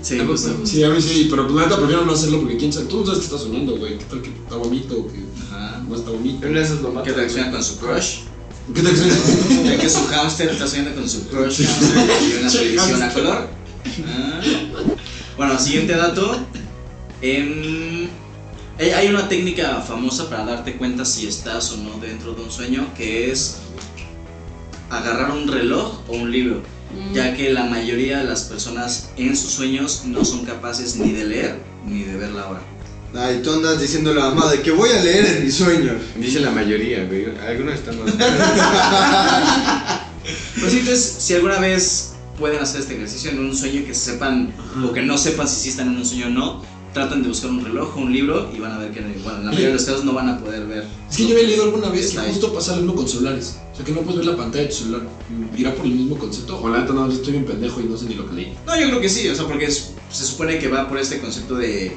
S1: Sí,
S5: Tampoco-
S1: justo.
S2: Sí, a mí sí, pero pues la neta prefiero no hacerlo porque quién sabe, tú no sabes qué está soñando, güey. ¿Qué tal que está bonito o que
S7: Ajá.
S2: no está bonito?
S3: En eso es lo
S7: Que
S3: mata.
S7: reacciona con su crush.
S2: ¿Qué tal que suena?
S7: De que su hámster está soñando con su crush. Y una
S2: Sí,
S7: televisión a
S2: hámster.
S7: color. Ah.
S1: Bueno, siguiente dato. Em, hay- hay una técnica famosa para darte cuenta si estás o no dentro de un sueño, que es agarrar un reloj o un libro,
S6: Mm.
S1: ya que la mayoría de las personas en sus sueños no son capaces ni de leer ni de ver la hora.
S4: Ay, tú andas diciéndole a la mamá de que voy a leer en mi sueño.
S5: Dice la mayoría, güey. Algunos están más.
S1: Pues sí, entonces, si alguna vez pueden hacer este ejercicio en un sueño que sepan o que no sepan si sí están en un sueño o no, tratan de buscar un reloj o un libro y van a ver que, bueno, en la mayoría de los casos no van a poder ver.
S2: Es que yo había leído alguna vez que
S1: Está ahí.
S2: justo pasa lo mismo con celulares. O sea, que no puedes ver la pantalla de tu celular. ¿Irá por el mismo concepto? O la neta, no, yo estoy bien pendejo y no sé ni lo que leí.
S1: No, yo creo que sí, o sea, porque es- se supone que va por este concepto de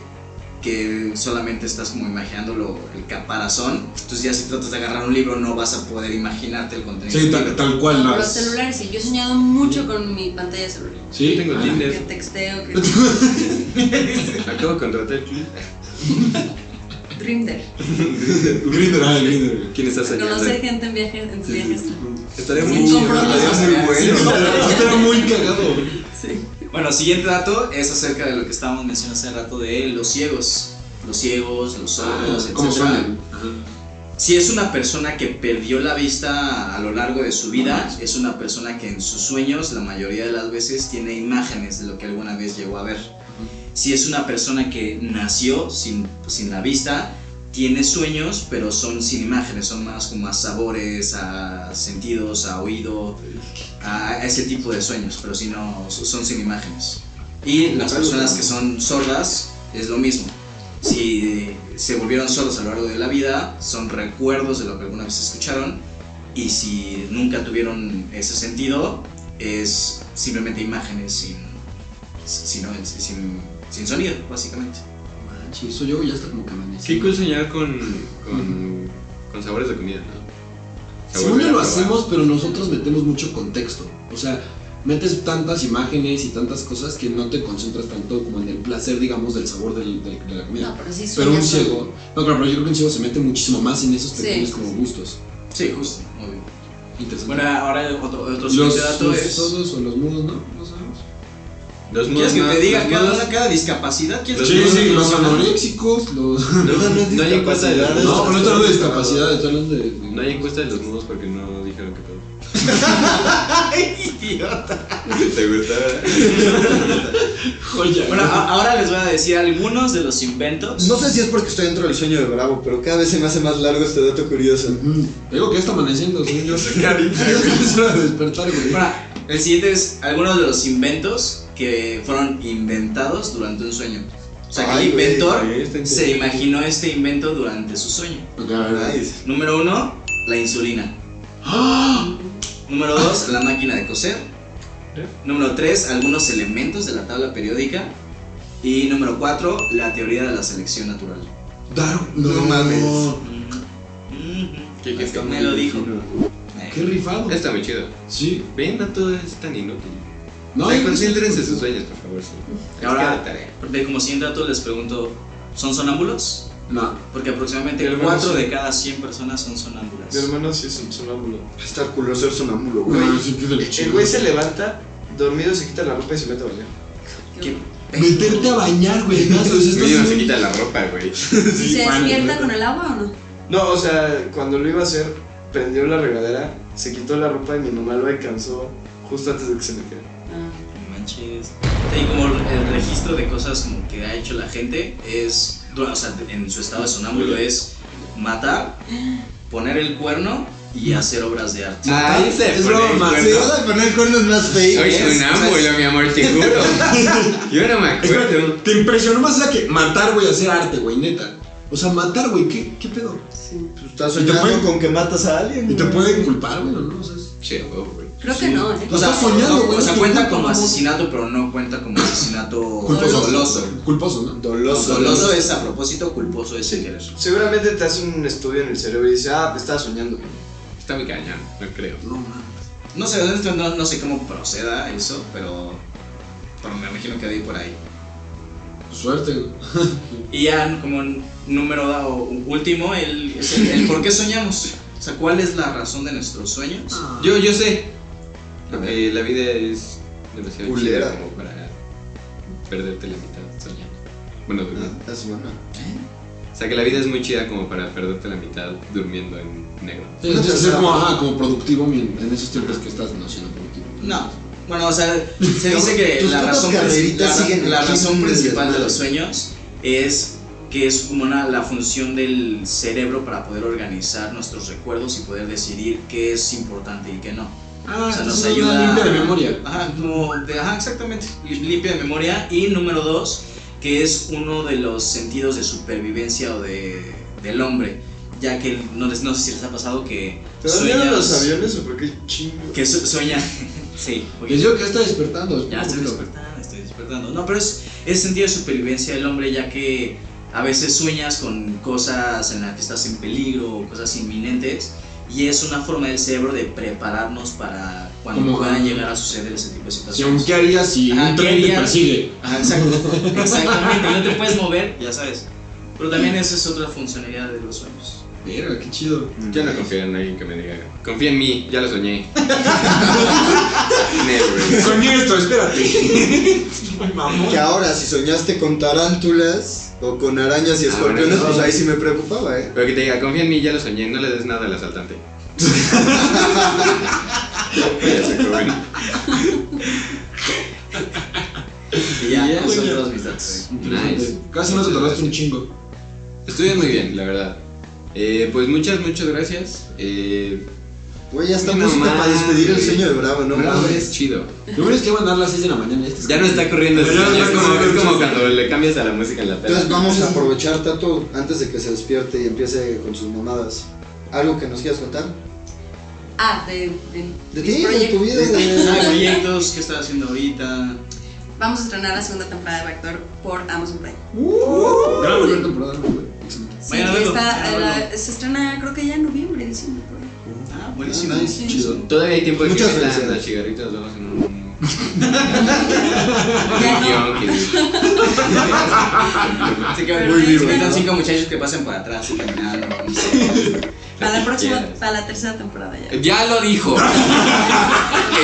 S1: que solamente estás como imaginándolo el caparazón, entonces ya si tratas de agarrar un libro no vas a poder imaginarte el contenido.
S2: Sí,
S1: del
S2: tal,
S1: libro.
S2: tal cual.
S6: Como
S2: las-
S6: los celulares, sí. Yo he soñado mucho con mi pantalla de celular.
S2: Sí,
S5: Tengo
S2: Ah.
S6: Que
S5: Tinder.
S6: texteo, que
S5: Acabo de contratar el cliente.
S6: Trinder.
S2: Grindr, ah, Grindr.
S5: ¿Quién está soñando?
S6: Conocer gente en viajes. En viajes.
S5: Estaría
S6: Sin
S5: muy chido.
S6: compromiso.
S5: estaría muy bueno.
S2: Estaba muy cagado.
S6: Sí.
S1: Bueno, siguiente dato es acerca de lo que estábamos mencionando hace rato de los ciegos. Los ciegos, los sordos, etc.
S2: Ah, ¿Cómo suena?
S1: Si es una persona que perdió la vista a lo largo de su vida, es una persona que en sus sueños la mayoría de las veces tiene imágenes de lo que alguna vez llegó a ver. Si es una persona que nació sin, sin la vista, tiene sueños, pero son sin imágenes, son más como a sabores, a sentidos, a oído, a ese tipo de sueños, pero si no, son sin imágenes. Y las personas que son sordas es lo mismo si se volvieron sordos a lo largo de la vida, son recuerdos de lo que alguna vez escucharon, y si nunca tuvieron ese sentido, es simplemente imágenes sin, sin, sin, sin sonido, básicamente.
S2: Manchi, Ah, eso yo ya está como que amanecí.
S5: Qué cool soñar con, con, con sabores de comida, ¿no?
S2: Según
S5: Sabores
S2: yo
S5: de
S2: lo
S5: probar.
S2: hacemos, pero nosotros metemos mucho contexto. O sea, metes tantas imágenes y tantas cosas que no te concentras tanto como en el placer, digamos, del sabor del- del- de la
S6: No,
S2: comida.
S6: pero sí
S2: pero un
S6: sueñas con-
S2: ciego, no, claro, pero yo creo que un ciego se mete muchísimo más en esos
S6: Sí,
S2: pequeños
S6: sí,
S2: como
S6: sí.
S2: gustos.
S1: Sí, justo, muy bien.
S2: Interesante.
S1: Pues Bueno, ahora otro, otro
S2: los,
S1: siguiente dato
S2: los
S1: es...
S2: sordos o los mudos, ¿no? No sabemos.
S5: Los
S1: ¿Quieres que
S5: no-
S1: te diga
S5: los
S1: cada,
S5: no-
S1: una, cada discapacidad? ¿Quieres
S5: Los
S1: que
S2: sí,
S1: te
S5: mudos
S2: sí,
S1: diga?
S2: los anoréxicos, los.
S5: No,
S4: No, no es
S5: no hay encuesta de
S4: discapacidad,
S5: los
S2: No,
S5: mudos.
S2: pero no hablando de discapacidad, estoy hablando de. de-
S5: No hay encuesta de los mudos porque no dijeron que todo.
S1: ¡Ay, idiota!
S5: ¿Te gustaba?
S2: Joya.
S1: Bueno, a- ahora les voy a decir algunos de los inventos.
S4: No sé si es porque estoy dentro del sueño de Bravo, pero cada vez se me hace más largo este dato curioso.
S2: Mm, te digo que ya está amaneciendo, según yo. Es hora de despertar, güey.
S1: Ahora, el siguiente es algunos de los inventos que fueron inventados durante un sueño. O sea, que
S4: Ay,
S1: el
S4: güey,
S1: inventor
S5: güey, está
S1: se
S5: interesante.
S1: imaginó este invento durante su sueño.
S4: Nice.
S1: Número uno, la insulina.
S2: ¡Ah!
S1: Número dos, la máquina de coser.
S5: ¿Eh?
S1: Número tres, algunos elementos de la tabla periódica. Y número cuatro, la teoría de la selección natural.
S2: Dar-
S4: No mames.
S1: ¿Qué,
S5: qué está
S1: me
S5: muy
S1: lo dijo.
S2: Qué rifado.
S5: Está muy chido.
S2: Sí.
S5: Ven, no todo es tan inútil.
S2: No,
S5: o sea,
S2: yo-
S5: concéntrense en pues, sus sueños, por favor. Sí. Es
S1: Ahora-
S5: que la tarea.
S1: Porque como siguiente dato les pregunto, ¿son sonámbulos?
S2: No.
S1: Porque
S3: Mi
S1: aproximadamente
S3: hermano
S1: 4
S3: sí.
S1: de cada 100 personas son sonámbulas.
S3: Mi hermano sí es un sonámbulo.
S4: Va a estar culo ser sonámbulo, güey.
S2: No, sí, qué del
S3: El
S2: chido.
S3: güey se levanta, dormido, se quita la ropa y se mete a bañar.
S1: ¿Qué?
S2: Meterte a bañar, güey. ¿no? O sea, estás
S5: Mínimo se
S2: en-
S5: quita la ropa, güey.
S2: Sí,
S6: ¿Se
S2: bueno,
S6: despierta
S2: güey.
S6: con el agua o no?
S3: No, o sea, cuando lo iba a hacer, prendió la regadera, se quitó la ropa y mi mamá lo alcanzó justo antes de que se metiera.
S6: Ah,
S1: No Manches. Y como el registro de cosas como que ha hecho la gente es, bueno, o sea, en su estado de sonámbulo es matar, poner el cuerno y hacer obras de arte.
S5: Ay, se
S2: es
S5: pone
S2: broma,
S5: el
S4: Si
S5: cuerno.
S4: vas a poner cuernos más fake.
S5: Soy
S4: ¿eh?
S5: sonámbulo, mi amor, te juro. Yo no me acuerdo.
S2: Espérate, te impresionó más esa que matar, güey, hacer arte, güey, neta. O sea, matar, güey, ¿qué, qué pedo?
S6: sí.
S4: Pues Estás
S2: Y te
S4: soñando
S2: pueden-
S4: con que matas a alguien.
S2: Y te
S4: güey.
S2: pueden culpar, güey, ¿o ¿no? O sea, es-
S5: Che, huevo, güey.
S6: Creo que no, ¿eh?
S2: O sea,
S1: Estás
S2: soñando,
S1: no,
S2: güey,
S1: o sea,
S2: es
S1: cuenta
S2: culpa,
S1: como
S2: ¿no?
S1: asesinato, pero no cuenta como asesinato
S2: culposo.
S1: doloso.
S2: Culposo, ¿no?
S4: Doloso.
S1: Doloso es a propósito, culposo es sin querer.
S3: Seguramente te hace un estudio en el cerebro y dice, ah, te estaba soñando.
S5: Está muy cañón, no creo.
S2: No, mames.
S1: No sé, esto no, no sé cómo proceda eso, pero, pero me imagino que de ahí por ahí.
S2: Suerte, güey.
S1: Y ya como n- número da- o último, el, es el, el por qué soñamos. O sea, ¿cuál es la razón de nuestros sueños?
S4: Ah.
S5: Yo, yo sé.
S4: A ver.
S5: Eh, la vida es demasiado
S4: Culera.
S5: chida como para perderte la mitad soñando. Bueno, durmiendo.
S4: Ah, es bueno.
S5: O sea, que la vida es muy chida como para perderte la mitad durmiendo en negro.
S2: Sí, Tienes que ser como, ajá, como productivo mien- en esos tiempos que estás no siendo productivo.
S1: No. Bueno, o sea, se dice que
S4: Tus
S1: la
S4: putas
S1: razón, princi-
S4: carreritas
S1: la ra-
S4: siguen
S1: la
S4: aquí,
S1: razón
S4: siempre
S1: principal de
S4: desmadre.
S1: los sueños es que es como una, la función del cerebro para poder organizar nuestros recuerdos y poder decidir qué es importante y qué no.
S2: Ah,
S1: O sea, nos
S2: es una
S1: ayuda-
S2: limpia de memoria.
S1: Ajá, como de- ajá, exactamente, li- limpia de memoria. Y número dos, que es uno de los sentidos de supervivencia o de, del hombre, ya que no, les- no sé si les ha pasado que
S3: ¿Te dan miedo
S1: sueñas,
S3: los aviones o por qué chingo?
S1: que su- sueña, sí,
S2: Que
S1: porque
S2: yo que está despertando. espera
S1: ya
S2: un
S1: estoy
S2: poquito.
S1: despertando, estoy despertando. No, pero es, es sentido de supervivencia del hombre, ya que a veces sueñas con cosas en las que estás en peligro o cosas inminentes. Y es una forma del cerebro de prepararnos para cuando
S2: Como-
S1: puedan llegar a suceder ese tipo de situaciones.
S2: Sí, aunque harías si
S1: Ajá,
S2: un
S1: ¿qué
S2: tren te
S1: harías?
S2: persigue?
S1: Ajá, exacto. Exactamente, no te puedes mover, ya sabes. Pero también esa es otra funcionalidad de los sueños.
S2: Mira, qué chido.
S5: Yo no confío en alguien que me diga, confía en mí, ya lo soñé. Never.
S2: Soñé esto, espérate. Ay, mamón.
S4: Que ahora, si soñaste con tarántulas o con arañas y
S5: Ah,
S4: escorpiones,
S5: bueno,
S4: pues
S5: no.
S4: ahí sí me preocupaba, ¿eh?
S5: Pero que te diga, confía en mí, ya lo soñé, no le des nada al asaltante. Ya se acabó, bueno.
S1: Y ya,
S2: Ya,
S1: son
S2: güey.
S1: todos mis datos.
S5: Nice.
S2: Casi no te
S5: Muchas
S2: tardaste
S5: gracias.
S2: un chingo.
S5: Estuve muy bien, la verdad. Eh, pues muchas, muchas gracias. Eh,
S4: Güey, ya está
S5: Mira
S4: música
S5: más,
S4: para despedir el
S5: güey.
S4: sueño de Bravo, ¿no?
S5: Bravo
S4: mames.
S5: es chido.
S2: Lo bueno es que van a dar las 6 de la mañana. este es-
S5: Ya no está corriendo el
S2: Ya no
S5: sueño, es
S2: está
S5: como,
S2: corriendo el
S5: es como
S2: sueño.
S5: cuando le cambias a la música en la tele.
S4: Entonces vamos a aprovechar, Tato, antes de que se despierte y empiece con sus mamadas. ¿Algo que nos quieras contar?
S6: Ah, de, de
S4: De
S6: mis
S4: ti, de tu
S6: proyectos.
S4: vida,
S1: Ah,
S4: de...
S1: proyectos, ¿qué estás haciendo ahorita?
S6: Vamos a estrenar la segunda temporada de Backdoor por Amazon Prime.
S2: Uh, Gran primera temporada, güey. Excelente.
S6: Sí,
S1: Vayan a verlo,
S6: está- eh,
S1: vayan a verlo.
S6: la- se estrena creo que ya en noviembre, diciembre. por ahí.
S1: Ah, buenísimo.
S2: Ah, nice, chido.
S5: Todavía hay tiempo de que
S4: Muchas
S5: metan
S4: felicidades.
S5: las cigarritas luego en un
S6: Ya no,
S5: guión que-
S1: Así que
S6: Pero
S1: muy
S6: ahí
S1: vivo.
S6: está.
S1: Están cinco muchachos que pasen para atrás y caminando. no sé.
S6: Para la próxima,
S5: quieras.
S6: para la tercera temporada ya.
S5: Ya lo dijo.
S1: En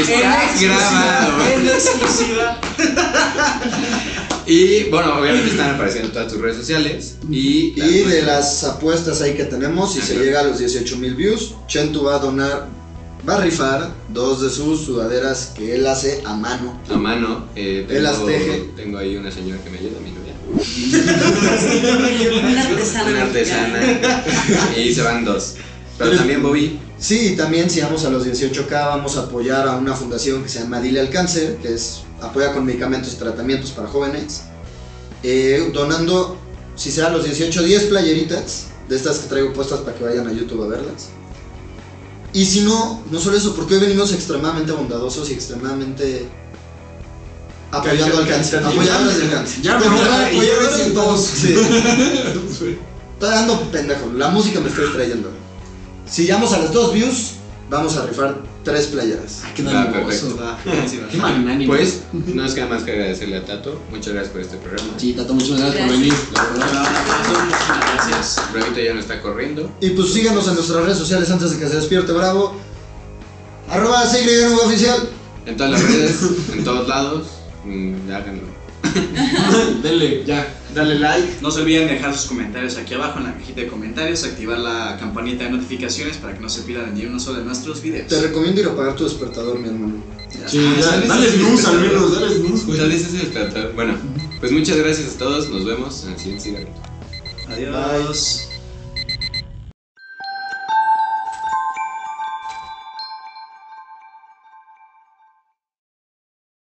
S5: está
S1: exclusiva,
S5: grabado.
S1: En exclusiva.
S5: Y bueno, obviamente están apareciendo en todas tus redes sociales. Y,
S4: Y de las apuestas ahí que tenemos, si
S5: Ah,
S4: se
S5: claro.
S4: llega a los 18 mil views, Chentu va a donar, va a rifar dos de sus sudaderas que él hace a mano.
S5: A mano. eh,
S4: Él las teje.
S5: tengo, tengo ahí una señora que me ayuda, mi novia.
S6: Una artesana.
S5: Una artesana. y se van dos. Pero también Bobby.
S4: Sí, y también si vamos a los 18K vamos a apoyar a una fundación que se llama Dile al Cáncer, que es apoya con medicamentos y tratamientos para jóvenes, eh, donando, si sea a los 18, 10 playeritas, de estas que traigo puestas para que vayan a YouTube a verlas. Y si no, no solo eso, porque hoy venimos extremadamente bondadosos y extremadamente apoyando al cáncer, apoyadores del cáncer.
S2: Ya me
S4: Pero,
S2: robaron y ya
S4: apoyadores
S2: ves
S4: del
S2: en dos.
S4: cáncer, sí. Estoy dando pendejo, la música me estoy trayendo. Si llegamos a las dos views, vamos a rifar tres playeras.
S1: Ah,
S2: Qué
S5: Va,
S2: nervioso,
S5: perfecto.
S2: va.
S1: Buenísima.
S2: Qué magnánimo.
S5: Pues no nos queda más que agradecerle a Tato. Muchas gracias por este programa.
S2: Sí, Tato, muchas gracias por venir. La
S1: Bueno,
S2: verdad.
S1: un aplauso, muchísimas gracias.
S5: Bravito ya no está corriendo.
S4: Y pues síganos en nuestras redes sociales antes de que se despierte Bravo. Arroba CYNV oficial.
S5: En todas las redes, en todos lados. Mm, háganlo.
S2: Dele, ya.
S3: Dale like.
S1: No se olviden dejar sus comentarios aquí abajo en la cajita de comentarios, activar la campanita de notificaciones para que no se pierdan ni uno solo de nuestros videos.
S4: Te recomiendo ir a apagar tu despertador, mi hermano. Ah,
S2: Sí, ya. Dale luz al menos, dale luz,
S4: Pues,
S2: güey.
S5: Tal vez ese es el pues, tratado. Bueno, pues muchas gracias a todos. Nos vemos en el siguiente cigarro.
S1: Adiós.